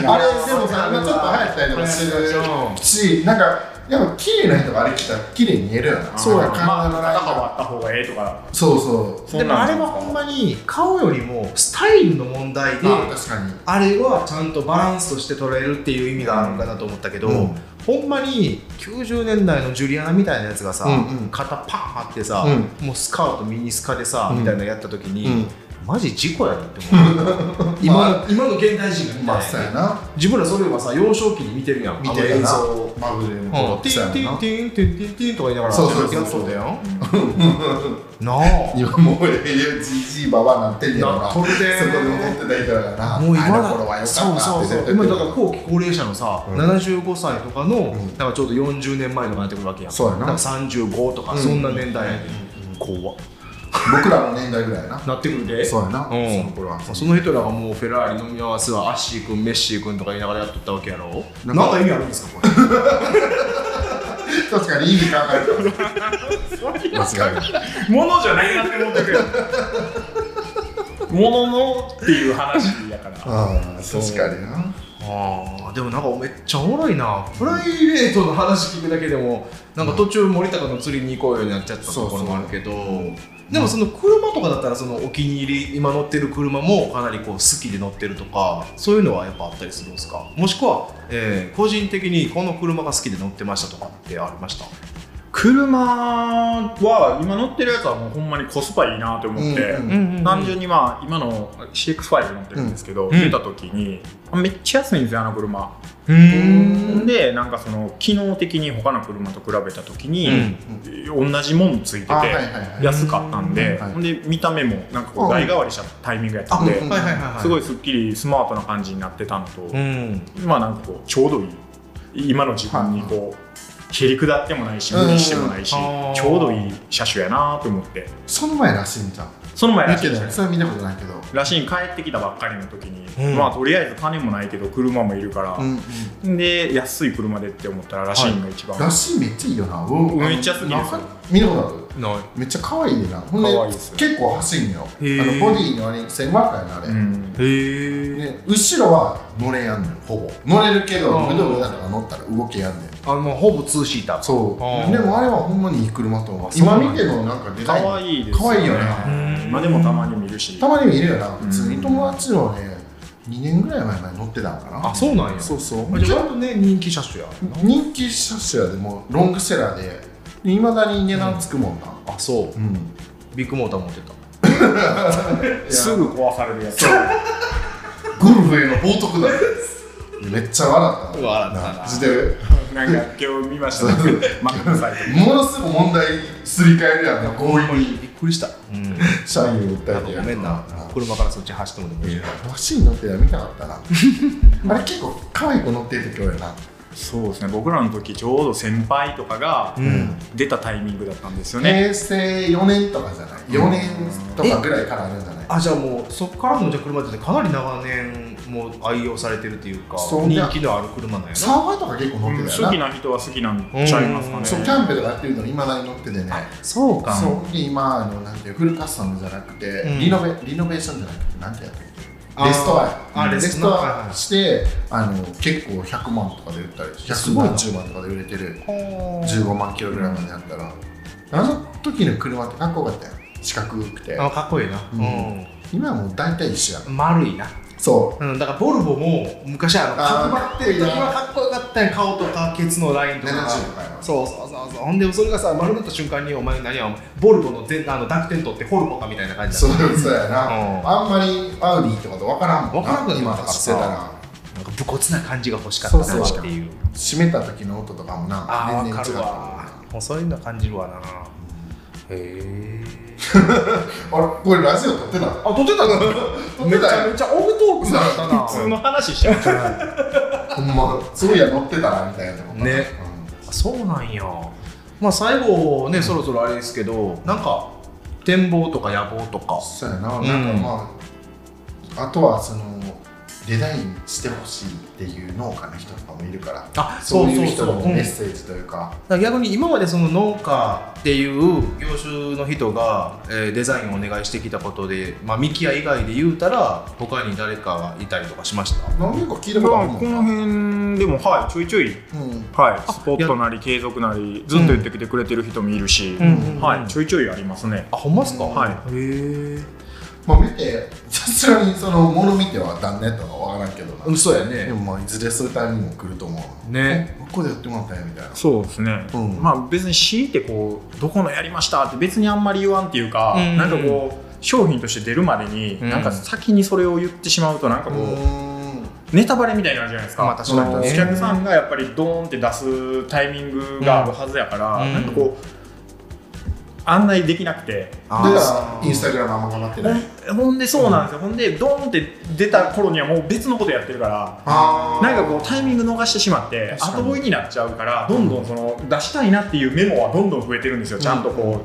B: あれでもさ今ちょっと流行ったりとかしてるしなんかやっぱ綺麗な人があれ着たら綺麗に見えるよな
C: そうや
B: なん
C: な、
B: か
C: ま
B: 体
C: あ、
B: のライン
C: 肩幅あった方がええとか
B: そうそう
A: でもあれはほんまに顔よりもスタイルの問題で
B: あ確かに
A: あれはちゃんとバランスとして捉えるっていう意味があるんかなと思ったけど、
B: うん
A: ほんまに90年代のジュリアナみたいなやつがさ、
B: うんうん
A: 肩パン張ってさ、
B: う
A: もうスカートミニスカでさ、
B: うん
A: みたいなのやった時に、
B: うん
A: マジ事故やなって思 う今の、
B: ま
A: 今の現代人が見たい
B: まあそうやな
A: 自分らそれはさ幼少期に見てるやん
B: 見てるな
A: あの映像
B: バブルの
A: うん
B: 頃
A: テ
B: そう
A: ィ
B: や
A: ンティ
B: な
A: ンティンティンティンティンとか言いながら
B: そうそうそう
A: やっとったやんなあ
B: 今もう俺じじいばばなってんねやろな
A: なっとるで
B: そこで踊ってた人だからな
A: もう今
B: あ
A: だ
B: の頃はよかった
A: そうそうそう今だから後期高齢者のさ、
B: ん
A: 75歳とかの、
B: ん
A: なんかちょうど40年前とかなってくるわけやん
B: そうやなん
A: か35とか、
B: うん
A: そんな年代やねん怖っ
B: 僕らの年代ぐらいやな
A: なってくるで
B: そうやな、
A: ん
B: その頃は
A: その人らがもうフェラーリ飲み合わせはアッシー君メッシー君とか言いながらやっとったわけやろ
B: なんか
A: なんか意味あるんですかこれ
B: 確かに意味考える
C: ものじゃないなって思ってるもののっていう話やから
B: ああ確かにな
A: あーでもなんかめっちゃおもろいなプライベートの話聞くだけでもなんか途中森高の釣りに行こうようになっちゃったところもあるけどでもその車とかだったらそのお気に入り今乗ってる車もかなりこう好きで乗ってるとかそういうのはやっぱあったりするんですかもしくは、えー個人的にこの車が好きで乗ってましたとかってありました
C: 車は今乗ってるやつはもうほんまにコスパいいなと思って、
B: うん
C: 単純にまあ今の CX5 乗ってるんですけ
A: う
C: ど、
A: ん
C: 出た時にめっちゃ安いんですよあの車、
A: うん
C: でなんかその機能的に他の車と比べた時に、同じもんついてて、
B: あはいはいはい
C: 安かったんで、
B: うん
C: ほんで見た目もなんか
B: う
C: こ
B: ん
C: う代替わりしたタイミングやったんで、
B: うん
A: はいはいはいはい
C: すごいすっきりスマートな感じになってたのと、
A: うん
C: まあなんかこうちょうどいい今の自分にこうへりくだってもないし
B: うん
C: 無理してもないし、
A: あー
C: ちょうどいい車種やなと思って
B: その前らしいんじゃん
C: その前
B: 見
C: ラシ
B: て
C: ン
B: ないそれは見たことないけど
C: ラシン帰ってきたばっかりの時に、
A: うん
C: まあとりあえず金もないけど車もいるから、
B: うんうん
C: で安い車でって思ったらラシンが一番、
B: らしいめっちゃいいよなうん
C: めっちゃ好きですよ
B: なんか見たことある
A: ない
B: めっちゃ可愛いでなほんで
C: 可愛いっすよ
B: 結構走るんよあ
A: へー
B: のボディの割に狭くやなあれ、
C: うん
A: へえ
B: で後ろは乗れやんねんほぼ乗れるけど
A: うん
B: 無駄無駄とか乗ったら動けやんねん
A: あのほぼツーシーター
B: そう
A: あー
B: でもあれはほんまにいい車と思う
A: あそうな
B: 今
A: んや
B: 見てもなんかデザイン
C: 可愛いです
B: 可愛いよね
A: うん
C: まあでもたまに見るした
B: まに見るよな
C: う
B: 普
C: ん
B: 通に友達のね2年ぐらい前まで乗ってたのかな
A: あそうなんや
B: そうそう
A: あじゃあ割とね人気車種や
B: 人気車種やでもうロングセラーでいまだに値段つくもんな
A: あそう
B: うん、
A: ビッグモーター持ってた
C: すぐ壊されるやつ
B: ゴルフへの冒涜だよめっちゃ笑った
A: 笑ったな
B: マジで
C: なんか今日見ましたね。マックのサイト。
B: ものすごい問題すり替えるやんな強引に
A: びっくりしたうん
B: 社員を 訴
A: な
B: え
A: んか
B: てや
A: ごめんな車からそっち走ってもでもいい
B: マシン乗ってたら見たか ったなあれ結構可愛い子乗ってる時多いよな
C: そうですね。僕らの時ちょうど先輩とかが
A: ん
C: 出たタイミングだったんですよね。
B: 平成4年とかじゃない4年とかぐらいからあるんじゃない
A: あじゃあもうそこからのじゃあ車ってかなり長年もう愛用されてるっていうか
B: そう
A: 人
B: ね
A: 気のある車なんや
B: サ
A: な
B: ーファーとか結構乗
C: う
B: っ
C: ん
B: てた
C: 好
B: よ
C: き
B: な、
C: な人は好きなんちゃいますかね。
B: そうキャンプとかやってるのにいまだに乗っててね
A: そうか
B: そうで今あのなんていうフルカスタムじゃなくて、
A: うん
B: リノベリノベーションじゃなくてなんてやったっ
A: あー
B: けレストア
A: あ
B: レ
A: レ
B: ス
A: ス
B: ト
A: トア
B: アしてあの結構100万とかで売ったり
A: すごいな
B: 170万とかで売れてる
A: ほー
B: 15万キロぐらいまでやったらあの時の車ってかっこよかったよ四角くて
A: あかっこいいな
B: うん
A: うん
B: 今はもう大体一緒やろ
A: 丸いな、
B: そ
A: うん、だからボルボも昔はあの
B: あー
A: 角張ってる時はかっこよかったよ顔とかケツのライン
B: う
A: とか
B: 70とかやろ
A: そうそうそうそうほんでそれがさ丸なった瞬間にお前何やお前ボルボの全あの濁点取ってホルボかみたいな感じ
B: そ
A: だ
B: う
A: った
B: そうやな、
A: うん
B: あんまりアウディってこと分からんもんな
A: 分からんくなった
B: 今
A: からさ
B: 走ってたら
A: なんか武骨な感じが欲しかった
B: そう
A: な
B: そう
A: っていう
B: 閉めた時の音とかもな
A: ああ分
B: 全
A: か
B: 然
A: る
B: 違ったもん
A: わもうそういうの感じるわなへえ
B: なあれこれラジオ撮ってた
A: あ撮ってたのめちゃめちゃオフトークだったな
C: 普通の話しちゃう
B: ほんまそういや乗ってたなみたいなとこ
A: ねあそうなんやまあ最後ね、そろそろあれですけどなんか展望とか野望とか
B: うん、そうやな、
A: うん
B: なんかまああとはそのデザインしてほしいっていう農家の人とかもいるから
A: あ
B: そういう人の
A: ん
B: メッセージというか、
A: だから逆に今までその農家っていう業種の人が、えーデザインをお願いしてきたことで、まあ、ミキヤ以外で言うたら他に誰かがいたりとかしました
B: 何年か聞いたことある
C: まあ
B: もん
C: こ
B: な
C: の辺でもはいちょいちょい
B: うん
C: はい、スポットなり継続なりずっと言ってきてくれてる人もいるし、
A: ん
C: はい、ちょいちょいありますね。
A: あほんまっすか、
C: はい
A: へえ
B: まあ見てさすがにそのもの見ては断念とかわからんけどな、
A: 嘘や
B: で
A: ね
B: もまあいずれそういうタイミングも来ると思う
A: ね
B: ここでやってもらったんやみたいな
C: そうですね、
B: うん
C: まあ別に強いてこうどこのやりましたって別にあんまり言わんっていうか、
A: うん
C: なんかこう商品として出るまでに、
A: うん
C: なんか先にそれを言ってしまうとなんかこう、
B: うん
C: ネタバレみたいになるじゃないですか,、
A: まあ確かに
C: お
A: ね
C: 客さんがやっぱりドーンって出すタイミングがあるはずやから、
A: うん
C: なんかこう案内できなくて。
B: で
A: あー
B: インスタグラムあんま頑張ってない、
C: えほんでそうなんですよ、ほんでドーンって出た頃にはもう別のことやってるから
B: あ
C: なんかこうタイミング逃してしまって
B: 確かに
C: 後追いになっちゃうからどんどんその出したいなっていうメモはどんどん増えてるんですよちゃんとこ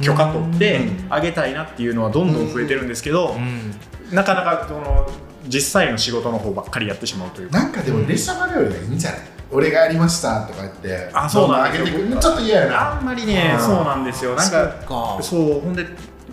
C: う許可取って
B: うん
C: あげたいなっていうのはどんどん増えてるんですけど
A: ん
C: なかなかその実際の仕事の方ばっかりやってしまうというか
B: なんかでも列車バレよりがいいんじゃない俺がやりましたとか言って
C: あそうなん
B: ど
C: で
B: んどん上げて
C: すよ
B: くるちょっと嫌やな
C: あんまりね
B: うん
C: そうなんですよなんか
A: か
C: そうほんで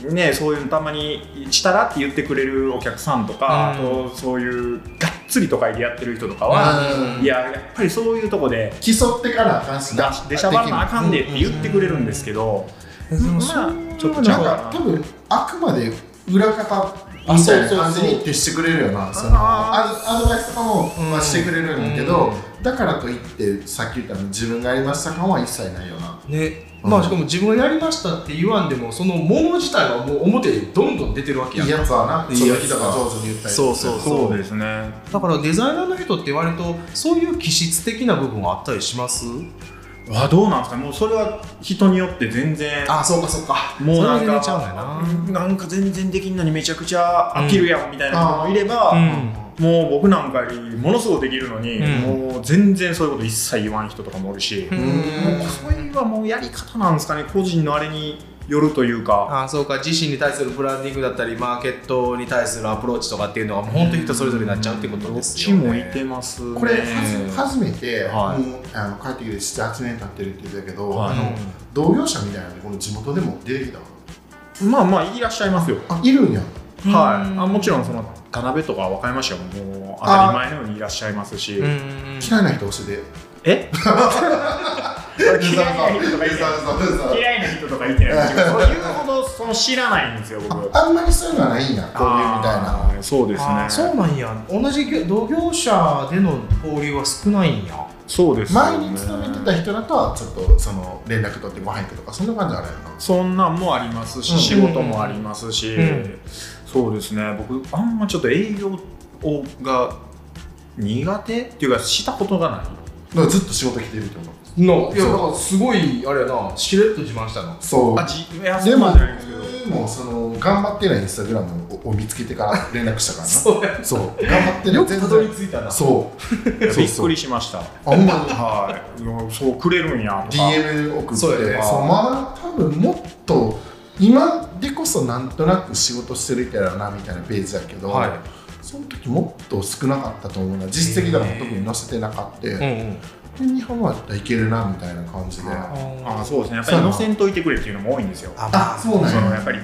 C: ねそういうのたまにしたらって言ってくれるお客さんとか、
A: うん
C: あとそういうがっつりとかでやってる人とかは、
B: うん
C: いややっぱりそういうとこで
B: 競ってからあかんしな
C: 出し出しゃばらなあかんでって言ってくれるんですけど、まあちょっとち
B: な
C: ゃ
B: ん
C: う
B: か
C: か
B: 多分あくまで裏方みたいな感じに徹してくれるよなそのアドアドバイスとかも
A: うん
B: まあしてくれるんだけど、
A: う
B: だからといってさっき言ったように自分がやりました感は一切ないよな
A: ね
B: うん
A: まあしかも自分がやりましたって言わんでもそのもの自体はもう表にどんどん出てるわけ
B: い
A: や
B: い
A: ん
B: やつはないそ
A: いや
B: の
A: つ
B: 日とか上手に言ったり
A: そうそう
C: な
A: そう
C: ですね
A: だからデザイナーの人って割とそういう気質的な部分はあったりします
C: あどうなんですかもうそれは人によって全然
A: あそうかそうか
C: もうなんか
A: それは全然ちゃうん
C: なんか全然できんのにめちゃくちゃ飽きるやんみたいな人もいれば、
A: うん
C: もう僕なんかよりものすごくできるのに、
A: うん
C: もう全然そういうこと一切言わん人とかもおるし、
A: う
C: も
A: ん
C: うそれはもうやり方なんですかね個人のあれによるというか
A: あそうか自身に対するブランディングだったりマーケットに対するアプローチとかっていうのはもう本当に人それぞれになっちゃうってことですよね
C: どっちもいてますね
B: これ初初めて、
C: はい
B: もうあの帰ってきて78年経ってるって言ってたけど、
C: はい
B: あの同業者みたいなのでこの地元でも出てきたわ
C: まあまあいらっしゃいますよ
B: あいるんや
A: うん
C: はいあもちろんその田辺とか和歌山市はもう当たり前のようにいらっしゃいますし、
A: うん
B: 嫌いな人教えて
C: え嫌いな人とかいてない
B: 嘘嘘嘘
C: 嫌いな人とかい てないですけどそういうほどその知らないんですよ僕
B: ああんまりそういうのはないんや交流みたいな
C: あーそうです
A: あ
C: ね
A: ーそうなんや同じ業同業者での交流は少ないんや
C: そうですよね
B: 前に勤めてた人だとはちょっとその連絡取ってご飯行くとかそんな感じあるやろな
C: そんなんもありますし、
B: うん
C: 仕事もありますし、
A: うん
C: そうですね僕あんまちょっと営業をが苦手っていうかしたことがない
B: だからずっと仕事来てるってこと
A: の
B: いやだから
A: すごいあれやなしれっと自慢したの
B: そう
C: あじいや
B: で
C: そう
B: も
C: なんじゃないんですけど
B: 僕もその頑張ってないインスタグラムを見つけてから連絡したからな
A: そうや
B: そう頑張ってない全然
A: 着いたな
B: そう
C: びっく
B: り
C: りしまし
B: あ
C: た
B: ほんまに
C: はいいやそうくれるんやとか
B: DM 送ってそ,、
A: そううやね
B: まだ多分もっと今でこそなんとなく仕事してる人やろなみたいなページだけど、
A: はい
B: その時もっと少なかったと思うな実績とかも特に載せてなかった、
A: うん
B: で日本はいけるなみたいな感じで、
C: あ
A: うん
C: あそうですねやっぱり乗せんといてくれっていうのも多いんですよ
A: あ
B: あそうなんや
C: そのやっぱり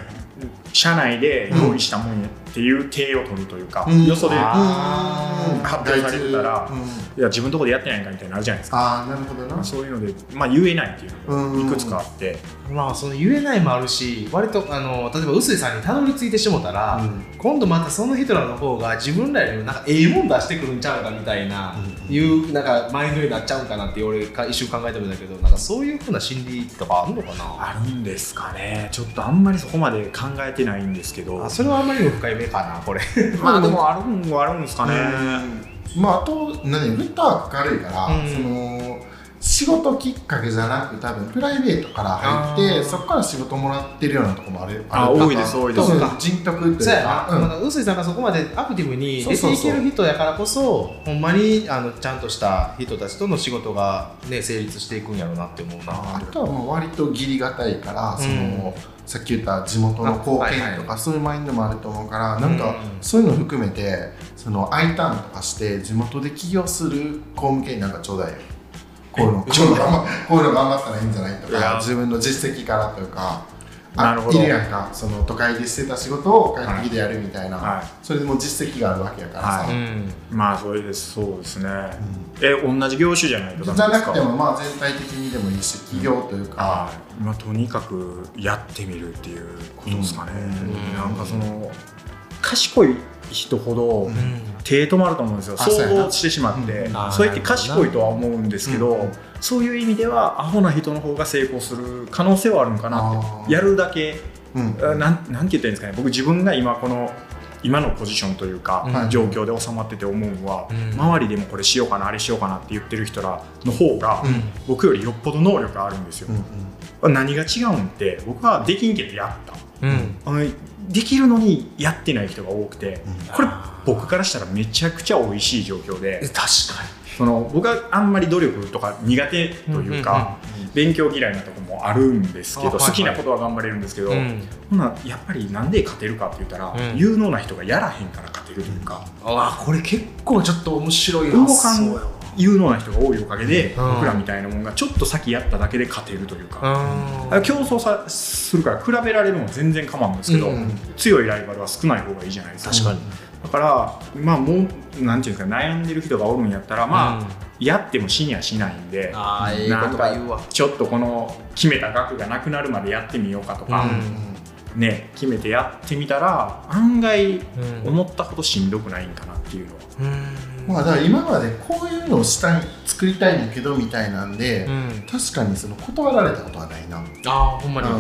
C: 社内で用意したもんやっていう体を取るというか、
B: うん
C: よそで
B: あー
C: 発表されてたら、
B: うん
C: いや自分のとこでやってないんかみたいになるじゃないですか、
B: ああなるほどな
C: そういうので、まあ、言えないっていうの
B: う
C: も
B: ん
C: いくつかあって、
A: まあその言えないもあるし割とあの例えば臼井さんにたどり着いてしもたら、
B: うん
A: 今度またその人らの方が自分らよりもなんかええもん出してくるんちゃうかみたいな、いうなんかマインドになっちゃうんかなって俺か一瞬考えてるんだけどなんかそういうふうな心理とかあるのかな
C: あるんですかねちょっとあんまりそこまで考えてないんですけど
A: あそれはあんまりにも深い目かなこれ
C: まあでもあるんはあるんですかね、
B: うんまああと何フットワーク軽いから、
A: うん
B: その仕事きっかけじゃなく多分プライベートから入って
A: あー
B: そこから仕事もらってるようなとこもある
C: あ
B: る
C: 多いです多いです
B: 多分人徳ってい
A: そううや
B: か
A: な、
B: うん
A: まだ臼井さんがそこまでアクティブに出ていける人やからこそほんまにあのちゃんとした人たちとの仕事がね成立していくんやろうなって思うな
B: あとはもう割と義理がたいから、そのさっき言った地元の貢献とかそういうマインドもあると思うから、なんか
A: うん
B: そういうの含めてその I ターンとかして地元で起業する子向けになんかちょうだいよこういうのこういうの頑張こういうの頑張ったらいいんじゃないと
C: い
B: か
C: や
B: 自分の実績からというかあ
C: なるほど
B: いるやんかその都会でしてた仕事を帰ってきてやるみたいな、
C: はい
B: それでもう実績があるわけやからさ、
C: は
A: うん
C: まあそれですそうですね、え同じ業種じゃないと
B: じ
C: ダ
B: ゃ
C: メですか
B: なくてもまあ全体的にでもいいし起業というか、
C: はいまあ、とにかくやってみるっていうことですかね、
A: ん
C: なんかその賢い人ほど、
A: うん
C: 手止まると思うんですよ
B: あそうや
C: 想
B: な
C: 像してしまって、
B: うん
A: あー
C: そうやって賢いとは思うんですけど、
B: なるほどな
C: そういう意味ではアホな人の方が成功する可能性はあるのかな
B: あ
C: っ
B: ー
C: てやるだけ
B: うん
C: あなんなんて言ったらいいんですかね僕自分が今この今のポジションというか、
A: うん
C: 状況で収まってて思うのは、
A: うん
C: 周りでもこれしようかなあれしようかなって言ってる人らの方が、
B: うん
C: 僕よりよっぽど能力があるんですよ、
B: うん
C: 何が違うんって僕はできんけどやった
A: うん
C: あのできるのにやってない人が多くて、
B: うん
C: これ僕からしたらめちゃくちゃ美味しい状況で
A: え確かに
C: その僕はあんまり努力とか苦手というか、勉強嫌いなとこもあるんですけど、
A: あはいはい
C: 好きなことは頑張れるんですけど、ほなやっぱりなんで勝てるかって言ったら、
A: うん
C: 有能な人がやらへんから勝てるというか、
A: あこれ結構ちょっと面白い
C: 動
A: 発
C: か
A: 想や
C: ん
A: わ
C: 有能な人が多いおかげで、
A: うん
C: 僕らみたいなもんがちょっと先やっただけで勝てるというか、
A: あ
C: あ競争さするから比べられるのは全然構わんですけど、
A: うん
C: 強いライバルは少ない方がいいじゃないですか。
A: 確かに
C: だから、まあ、もうなんていうんですか悩んでる人がおるんやったら、まあ
A: うん
C: やっても死にはしないんで
A: あーええ
C: な
A: こ
C: ん
A: とが
C: か
A: 言うわ
C: ちょっとこの決めた額がなくなるまでやってみようかとか、ね、決めてやってみたら案外
A: ん
C: 思ったほどしんどくないんかなっていうのは、
A: うん
B: まあだから今までこういうのをしたい作りたいんだけどみたいなんで、
A: うん
B: 確かにその断られたことはないな、うん、
A: あーほんまに
B: あ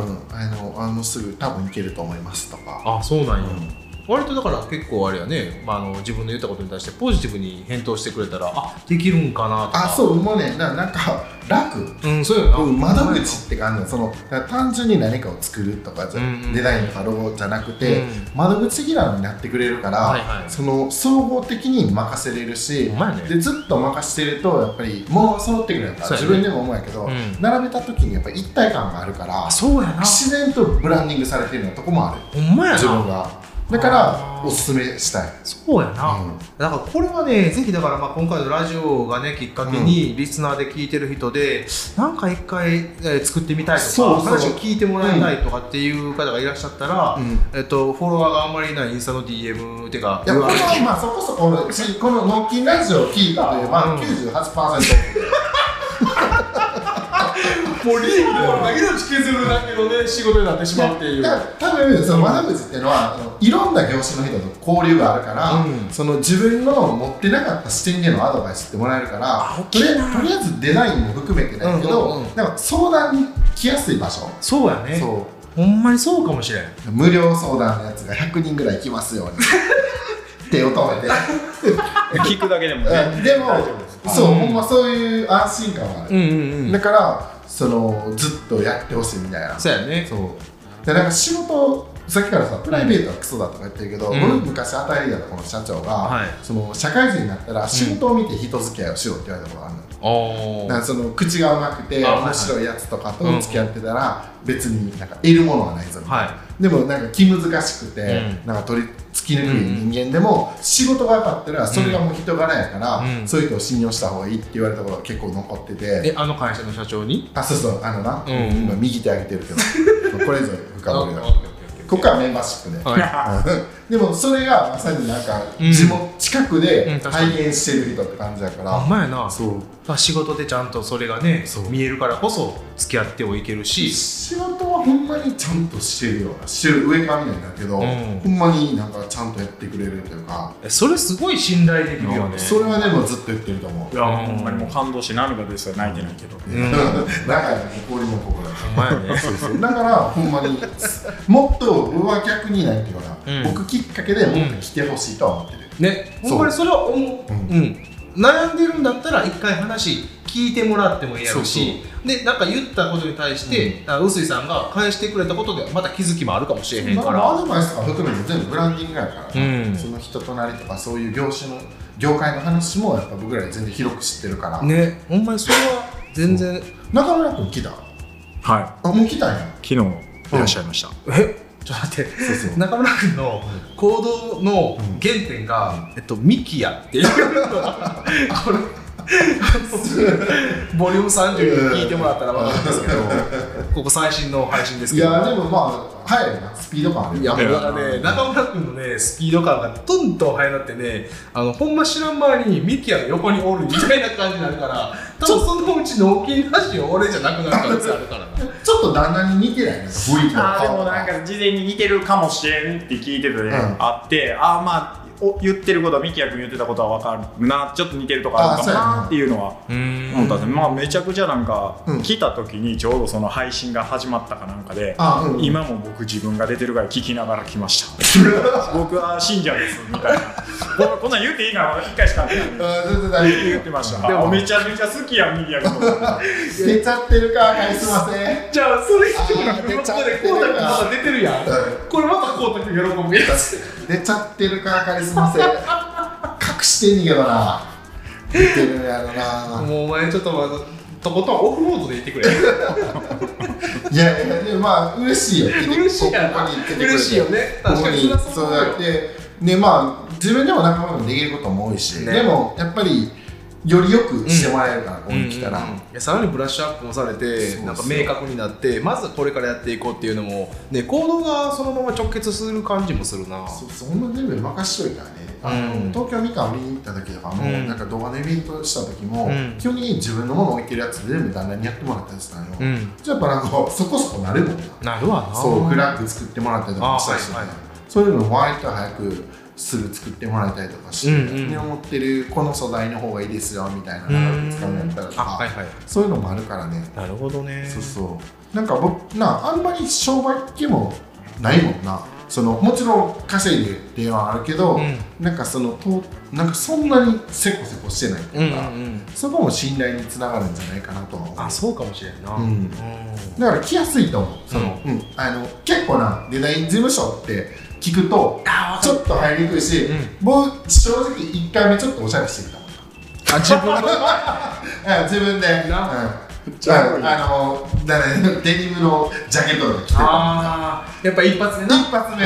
B: のあのすぐ多分いけると思いますとか、
A: あそうなんや
B: うん
A: 割とだから結構あれやねまああの自分の言ったことに対してポジティブに返答してくれたらあできるんかなとか
B: あそうもうねななんか楽、
A: うんそうやな
B: うん、窓口って感じそのだから単純に何かを作るとかじゃ、
A: うんうん
B: デザインとかロゴじゃなくて、
A: うん
B: 窓口ギラーになってくれるから、
A: はいはい
B: その総合的に任せれるし、
A: ほんまやね
B: でずっと任せてるとやっぱりもう揃ってくれるから、
A: そうやね
B: 自分でも思うやけど、
A: うん
B: 並べた時にやっぱ一体感があるから
A: あそうやな
B: 自然とブランディングされてるようなとこもある
A: ほんまやな
B: 自分がだか
A: あ
B: ら
A: ー
B: おすすめしたい、
A: そうやな、
B: うん
A: だからこれはねぜひだからまあ今回のラジオがねきっかけにリスナーで聞いてる人で、なんか一回、えー作ってみたいとか
B: そうそう
A: 話を聞いてもらいたいとかっていう方がいらっしゃったら、
B: うん
A: えっと、フォロワーがあんまりいないインスタの DM てか
B: いやこれはまあそこそこのしこの「ノッキンラジオ」を聞いたという
A: う
B: まあ
A: ん
B: 98%、
A: ポリームだけの削るだけの ね仕事になってしまうっていう
B: だから多分その窓口っていうのはあのいろんな業種の人と交流があるから、
A: うん
B: その自分の持ってなかった視点でのアドバイスってもらえるからとりあえとりあえずデザインも含めてないけど、
A: うんうんうん
B: なんか相談に来やすい場所、
A: そうやね
B: そ
A: ほんまにそうかもしれん
B: う無料相談のやつが100人ぐらい来ますように 手を止めて
C: 聞くだけでもね
B: うんでも
C: 大丈夫です
B: そう、ほんまそういう安心感はある、
A: んうん
B: だからそのずっとやってほしいみたいな
A: そうやね
B: そうでなんか仕事さっきからさプライベートはクソだとか言ってるけど、
A: うん
B: 僕昔与えられたこの社長が、
A: はい
B: その社会人になったら仕事を見て人付き合いをしろって言われたことがあるの、
A: お
B: だからその口がうまくて
A: あはいはい
B: 面白いやつとかと付き合ってたら別になんか得るものはないぞみたいな、
A: は
B: でもなんか気難しくて、
A: う
B: なんか取り突きにくい人間でも仕事が良かったらそれがもう人柄やから、
A: うん
B: そういう人を信用した方がいいって言われたことが結構残ってて、
A: いえあの会社の社長に
B: あそうそうあのな、
A: うんうん
B: 今右手上げてるけどこれぞ深掘りだ
A: あオッケーオッケーオッケー
B: ここはメンバーシップで、
A: はい
B: でもそれがまさになんか
A: うん
B: 地元近く
A: う
B: で
A: ん確かに
B: 体現してる人って感じやから、
A: あんまやな
B: そう
A: まあ仕事でちゃんとそれがね見えるからこそ付き合ってはいけるし
B: 仕事はほんまにちゃんとしてるようなしてる上からみたいだけど、
A: うん
B: ほんまになんかちゃんとやってくれるというか、
A: えそれすごい信頼できるよね
B: それはでもずっと言ってると思う
C: いやほんまにもう感動して涙ですよ泣いてないけど、
A: うん
B: 中に誇りも心も
A: ほんまやね
B: だからほんまにもっと僕は逆にないっていうかな、
A: うん
B: 僕きっかけでもっと来てほしいとは思ってる、
A: ね
B: そう
A: ほんまにそれは思う、
B: うん
A: うん悩んでるんだったら一回話聞いてもらってもいいやろしでなんか言ったことに対してあ臼井、さんが返してくれたことでまた気づきもあるかもしれへん
B: だ
A: か
B: かららアドバイスとか含めて全部ブランディングやから、
A: うん
B: その人となりとかそういう業種の業界の話もやっぱ僕らより全然広く知ってるから、
A: ねほんまにそれは全然
B: 中村君来た
C: は
B: あもう来たんや
C: い昨日いらっしゃいました、
A: えちょっと待って
B: そうそう
A: 中村君の行動の原点が、えっと、ミキヤっていうのがこれボリューム30に聞いてもらったら分かるんですけどここ最新の配信です
B: い
A: けど
B: やでもまあ早いなスピード感ある
A: いやも
B: よ
A: うだからね中村君のねスピード感がどんどん速なってねあのほんま知らん間にミキヤの横におるみたいな感じになるから多分そのうちのお気になし俺じゃなくなる可能性あるからな
B: ちょっと旦那に似てないね雰囲気の
C: あーでも
B: 顔
C: なん
B: が
C: か事前に似てるかもしれんって聞いてて、
B: ん
C: あってあーまあお言ってることはミキヤ君言ってたことは分かるなちょっと似てるとこある
B: あー
C: かも
B: そうや
C: な
B: な
C: っていうのは思ったんですまあめちゃくちゃなんか、
B: うん
C: 来た時にちょうどその配信が始まったかなんかで、
B: あうん
C: 今も僕自分が出てるから聞きながら来ました 僕は信者ですみたいなここんなん言っていいかな一回しか
B: うん全然大丈夫
C: 言ってました
B: で
C: で
B: も
C: もめちゃめちゃ好きやんミキヤ君のこと
B: 出ちゃってるかカリスマ性
A: じゃあそれ一
B: 人
A: 人
B: で
A: でこ
B: こ
A: こ
B: こで
A: で
B: 光
A: 光
B: 太
A: 太君ま
B: 君まだ
A: だ出てるやんこれまた光太君喜ぶやつ
B: 出ちゃってるかカリスマ性隠してんねんけどな似てるやろな
A: もうお前ちょっとまあとことんオフロードでいて くれ
B: いやいやでもまあ嬉しいよ
A: 嬉しいや
B: ここ
A: な
B: に来てくれて
A: 嬉しいよね
B: こ
A: 確
B: こ
A: か
B: に
A: に
B: そうやってねまあ自分でも仲間でもできることも多いし、
A: ね
B: でもやっぱりよりよくしてもらえるから、ここ
A: うん
B: に来たら、
A: いやさらにブラッシュアップもされて
B: そうそう
A: なんか明確になってまずこれからやっていこうっていうのも、ね、行動がそのまま直結する感じもするな
B: そうそうほんま全部任しといたらねあの、
A: うん
B: 東京みかん売りに行った時とかも、
A: うん
B: なんか動画のイベントした時も、
A: うん
B: 基本的に自分のもの置いてるやつ全部旦那にやってもらったりしたのよ、
A: うん
B: じゃあやっぱなんかそこそこなるもんな
A: なるわな
B: そうフラッグ作ってもらったりとかもしたりしてね
A: あはいはい
B: そういうのも割と早くすぐ作ってもらえたりとかして、
A: うんうん
B: ね思ってるこの素材の方がいいですよみたいなのを使うんやったらと
A: あ
B: か、
A: はいはい
B: そういうのもあるからね、
A: なるほどね
B: そうそうなんか僕なあんまり商売っ気もないもんなそのもちろん稼いでっていうのはあるけど、
A: うん
B: なんかそのとなんかそんなにせこせこしてないって
A: うん
B: いううか、
A: んうん
B: そこも信頼につながるんじゃないかなとは思う
A: あそうかもしれんな
B: うん
A: うん
B: だから来やすいと思うその、うんあの結構なデザイン事務所って聞くと
A: あ
B: ちょっと入りにくいし、
A: うん
B: 僕正直1回目ちょっとおしゃれしてみたもん
A: あ自分の
B: な、うん、自分で、うん、
A: な
B: あ
C: ちゃ多い
B: あのだねデニムのジャケットで着てた
A: あーやっぱ一発で
B: 一
A: な
B: 発目、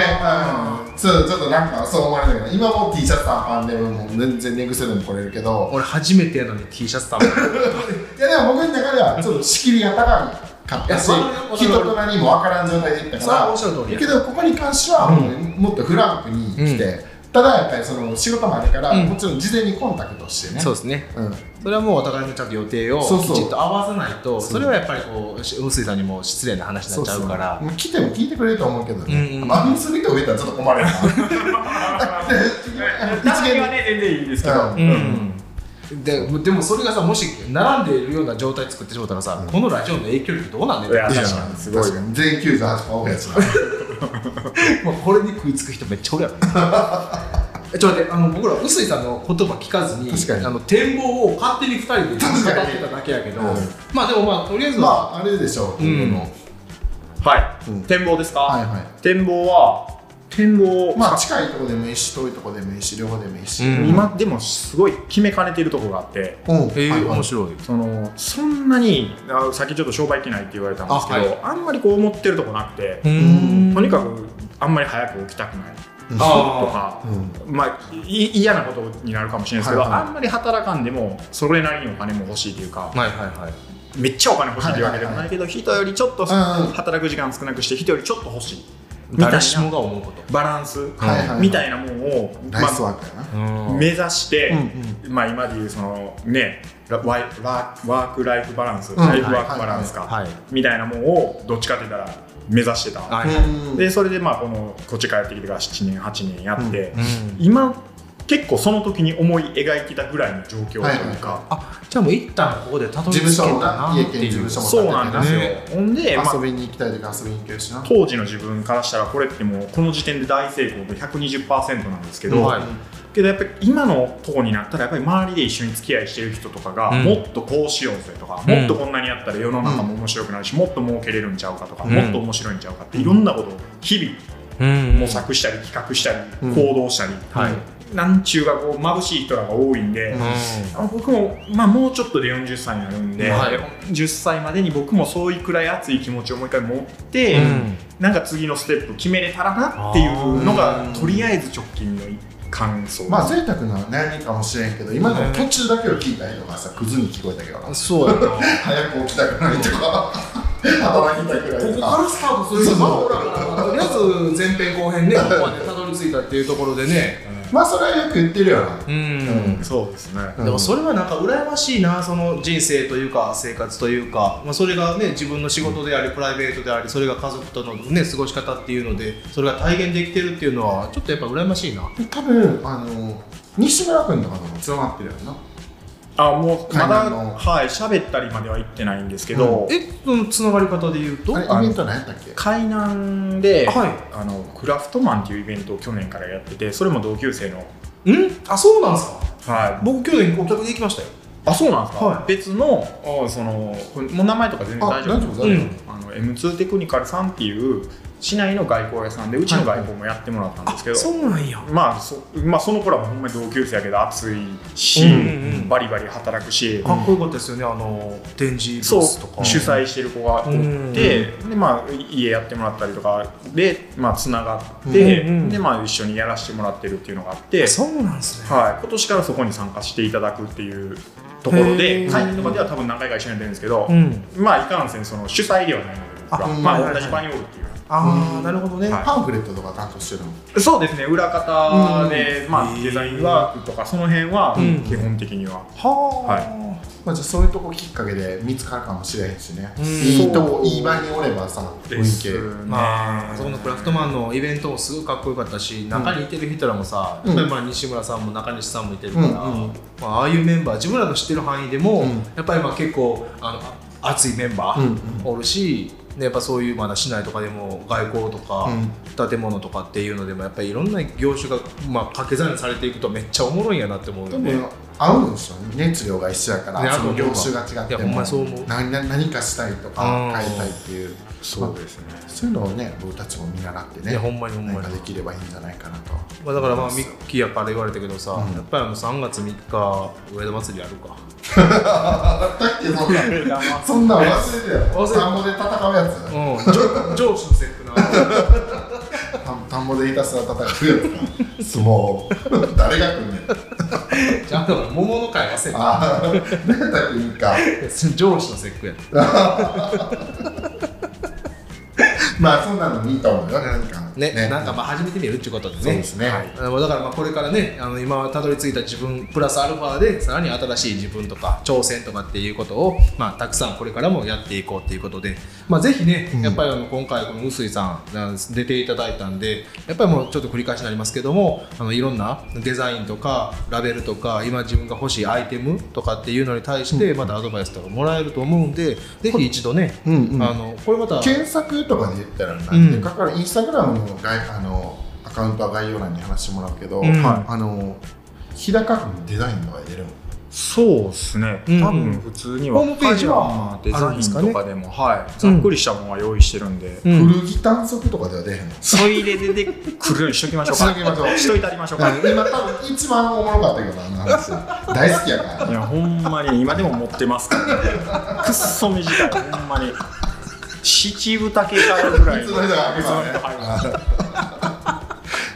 B: うん、そうちょっとなんかそう思われたけど今もう T シャツ短パンでもう全然寝癖でも来れるけど
A: 俺初めてやのに T シャツ食べた
B: いやでも僕の中ではちょっと仕切りが高かったし
A: いやそれは
B: 人と何も分からん状態でいった
A: それは
B: か
A: おっしゃる通
B: ら
A: りや
B: けどここに関してはもうねもっとフランクに来て、ただやっぱりその仕事もあるから、
A: うん
B: もちろん事前にコンタクトしてね
A: そうですね
B: うん、
A: それはもうお互いのちゃんと予定を
B: そうそう
A: きちっと合わせないと
B: そう
A: それはやっぱりこうし臼井さんにも失礼な話になっちゃうから
B: もう来ても聞いてくれると思うけどね、
A: うん
B: う、
A: うんん
B: マフィンする人増えたらちょっと 困るな一元で
C: 一元はね全然いいんですけど、
B: うん
A: うんででもそれがさもし並んでいるような状態作ってしまったらさ、このラジオの影響力どうなんねん
C: いや
A: いや
C: 確かにすごい
B: 確かに全員98%オフやつな
A: もうこれに食いつく人めっちゃおるやろえちょっと待ってあの僕ら臼井さんの言葉聞かずに
B: 確かに
A: あの展望を勝手に2人で語ってただけやけど、
B: 確かに
A: まあでもまあとりあえず
B: ま
A: は、
B: ああれでしょう、
A: うん
B: ここの
C: はい、
B: うん
C: 展望ですか、
B: はいはい
C: 展望は展望
B: まあ近いとこでもいいし遠いとこでもいいし両方でもいいし、
A: うん
C: 今でもすごい決めかねてるところがあって
B: うん
A: えー
B: はいはい
A: 面白い
C: そのそんなにあさっきちょっと商売機ないって言われたんですけど
A: あ
C: あ,、
A: はい
C: んまりこう思ってるとこなくて、
B: ん
C: とにかくあんまり早く起きたくないと
A: あ
C: か、
B: うん
C: まあ、い嫌なことになるかもしれないですけど、
B: はいはい
C: あんまり働かんでもそれなりにお金も欲しいというか
A: あ、はいはいはい
C: めっちゃお金欲しいというわけでもないけど、人よりちょっと
B: うんうん
C: 働く時間少なくして人よりちょっと欲しい
A: 誰しもが思うこと
C: バランス
B: はいはい
C: みたいなもんを、
B: ライスワークやな、
C: まあ、目指して、まあ、今でいうそのねラワイラワーク・ライフ・バランス、ライフ・ワーク・バランスか、
A: はい
C: みたいなもんをどっちかって言ったら目指してた、
A: はい
B: うん
C: でそれでまあこのこっち帰ってきてから7年8年やって、
A: うん
C: 今結構その時に思い描いてたぐらいの状況というか、
B: はいはい
A: あじゃあもう一旦ここでたどり
B: 事
A: 着
B: 務
A: け
B: 所
A: た
B: も
A: な
B: な
A: っ
B: 家
A: て
B: 兼事
A: いう
B: 務所も
C: そうなんですよ、
A: ね
C: ほんで、まあ
B: 遊、びに行きたい時遊びに行けるしな
C: 当時の自分からしたらこれってもうこの時点で大成功で120%なんですけど、
A: はい
C: けどやっぱり今のとこになったらやっぱり周りで一緒に付き合いしてる人とかが、
A: うん
C: もっとこうしようぜとか、
A: うん
C: もっとこんなにやったら世の中も面白くなるし、もっと儲けれるんちゃうかとか、
A: うん
C: もっと面白いんちゃうかっていろんなことを日々
A: うん
C: 模索したり企画したり、
B: うん
C: 行動したり、
A: はい
C: なんちゅうがこう眩しい人らが多いんで、
B: う
C: あ僕も、まあ、もうちょっとで40歳になるんで、
A: はい
C: 10歳までに僕もそういうくらい熱い気持ちをもう一回持っ
A: う
C: て、
A: ん
C: なんか次のステップ決めれたらなっていうの
B: あ
C: が
B: ー
C: とりあえず直近の感想
B: まあ贅沢な悩みかもしれんけど今の途中だけを聞いた人がさクズに聞こえたけどな
A: そうやな こ
B: 早く起きたくないとか働きたくないとか
A: スタートする
B: そうそう
A: まあほらとりあえず前編後編ねここまでたどり着いたっていうところでね
B: まあそれはよく言ってるよな
A: うん、
C: そうですね、
A: でもそれはなんか羨ましいなその人生というか生活というか、まあ、それがね自分の仕事でありプライベートでありそれが家族とのね過ごし方っていうのでそれが体現できてるっていうのはちょっとやっぱ羨ましいな
B: 多分あの西村君とかともつながってるよな
C: あもうま
B: 海
C: だ
B: 岸の
C: はい喋ったりまでは行ってないんですけど、
A: えそのつながり方で言うと
B: あれイベント何やったっけ
C: 海南で、
A: はい
C: あのクラフトマンっていうイベントを去年からやっててそれも同級生の、
A: うんあそうなんですか
C: はい、
A: 僕去年お客で行きましたよ
C: あそうなんですか、
A: はい
C: 別のあそのこれもう名前とか全然
B: あ
C: 大丈夫
B: 大丈夫大丈夫
C: あの M2 テクニカルさんっていう市内の外交屋さんでうちの外交もやってもらったんですけど、
A: うなんや
C: まあ、そまあその頃はほんまに同級生やけど熱いし、
A: うんうんうん
C: バリバリ働くし、
A: かっこよかったですよねあの展示
C: そ
A: ブ
C: う
A: ースとか
C: 主催してる子がおって、
A: うん
C: でまあ、家やってもらったりとかでまあ、つながって、
A: うんうん
C: でまあ、一緒にやらせてもらってるっていうのがあって、
A: そうなんですね
C: はい、今年からそこに参加していただくっていうところ
A: へ
C: で
A: ー
C: 会議とかでは多分何回か一緒にやってるんですけど、
A: うん
C: まあいかんせんその主催ではないので僕は
B: あ
C: ま
B: はい
A: は
C: あ、
A: い
C: 同じ場におるっていう。
A: あ
B: う
A: あ
B: ん
A: なるほどね、
C: はい
B: パンフレットとか担当してるの
C: そうですね裏方で、まあ、
A: へー
C: デザインワークとかその辺は
A: うん
C: 基本的には、
A: は
B: まあ、じゃあそういうとこきっかけで見つかるかもしれへんしね、
A: うん
B: いいとこいい場におればさ雰
C: ですね
B: 囲
A: まあ、そこのクラフトマンのイベントもすごいかっこよかったし、中にいてる人らもさ、
B: う
A: や
B: ん
A: っぱりまあ西村さんも中西さんもいてるから、
B: うんうん
A: まあ、ああいうメンバー、自分らの知ってる範囲でも、
B: うん
A: やっぱりまあ結構あのあ熱いメンバ
B: うん
A: ーおるし、ね、やっぱそういうまだ市内とかでも外交とか、建物とかっていうのでも、やっぱりいろんな業種がまあ掛け算にされていくと、めっちゃおもろいんやなって思う
B: 気
A: よ
B: で
A: ね。
B: も合うんでしょうね熱量が一緒やから、
A: ね
B: その業種が違っ
A: い
B: て
A: や、ほん
B: も
A: まそう思う。
B: 何何何かしたいと
A: うん
B: か変えたいっていう
C: そうですね
B: そういうのをね僕たちも見習って
A: い
B: ね
A: や、ほんまにほんまに
B: 何か。できればいいんじゃないかなと
A: まあ、だからまあミッキーやから言われたけどさ、
B: うん
A: やっぱりあの3月3日上田祭りやるか
B: あったっけそんなそんなん忘れてよ
A: 忘れて
B: 田んぼで戦うや
A: う
B: つ
A: ん上上司のセリフな
B: 田ん田んぼでひたすら戦うやつか相撲 誰が来んねん
A: じゃあだから桃の会忘れ
B: ああ 何だっけいいか
A: た上司のセリフや
B: まあそんなの見たもんよなんか
A: ねなんかまあ始めてみるっていうことでね
B: そうですね
A: はいあのだからまあこれからねあの今たどり着いた自分プラスアルファでさらに新しい自分とか挑戦とかっていうことを、まあ、たくさんこれからもやっていこうっていうことで、まあ、ぜひね、
B: うん
A: やっぱりあの今回この臼井さんあ出ていただいたんでやっぱりもうちょっと繰り返しになりますけどもあのいろんなデザインとかラベルとか今自分が欲しいアイテムとかっていうのに対してまたアドバイスとかもらえると思うんで、ぜひ一度ね、
B: うんうん
A: あのこれまた
B: 検索とかで言ったら
A: う
B: 何
A: ん
B: でかかるインスタグラムの概あのアカウントは概要欄に話してもらうけど、
A: うん
B: あの日高君のデザインとか出るもん
C: そうですね、
A: うん
C: 多分普通には
A: ホームページは
C: はいデザインとかでもはい、ざっくりしたものは用意してるんで、
A: うん
B: 古着短足とかでは出へんの
C: それ入れでで来るようにしと きましょうか
B: しときましょう
C: しといたりましょうか
B: うん今多分一番おもろかったけどあの 話大好きやから
C: いやほんまに今でも持ってますから、ね、くっそ短いほんまに七分丈かよぐらい
B: いつの人が開けたのね
C: いつの人が開けたの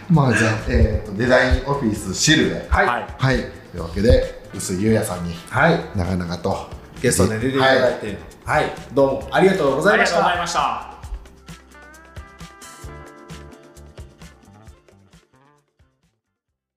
B: まあじゃあ、えーとデザインオフィスシルで
A: はい、
C: はい
B: はいというわけで臼井優也さんに
A: はい
B: 長々と
A: ゲストで出ていただいて、はい、どうもありがとうござい
C: あ
A: ま
C: りが
A: し
C: とうご
A: た
C: ざい。ました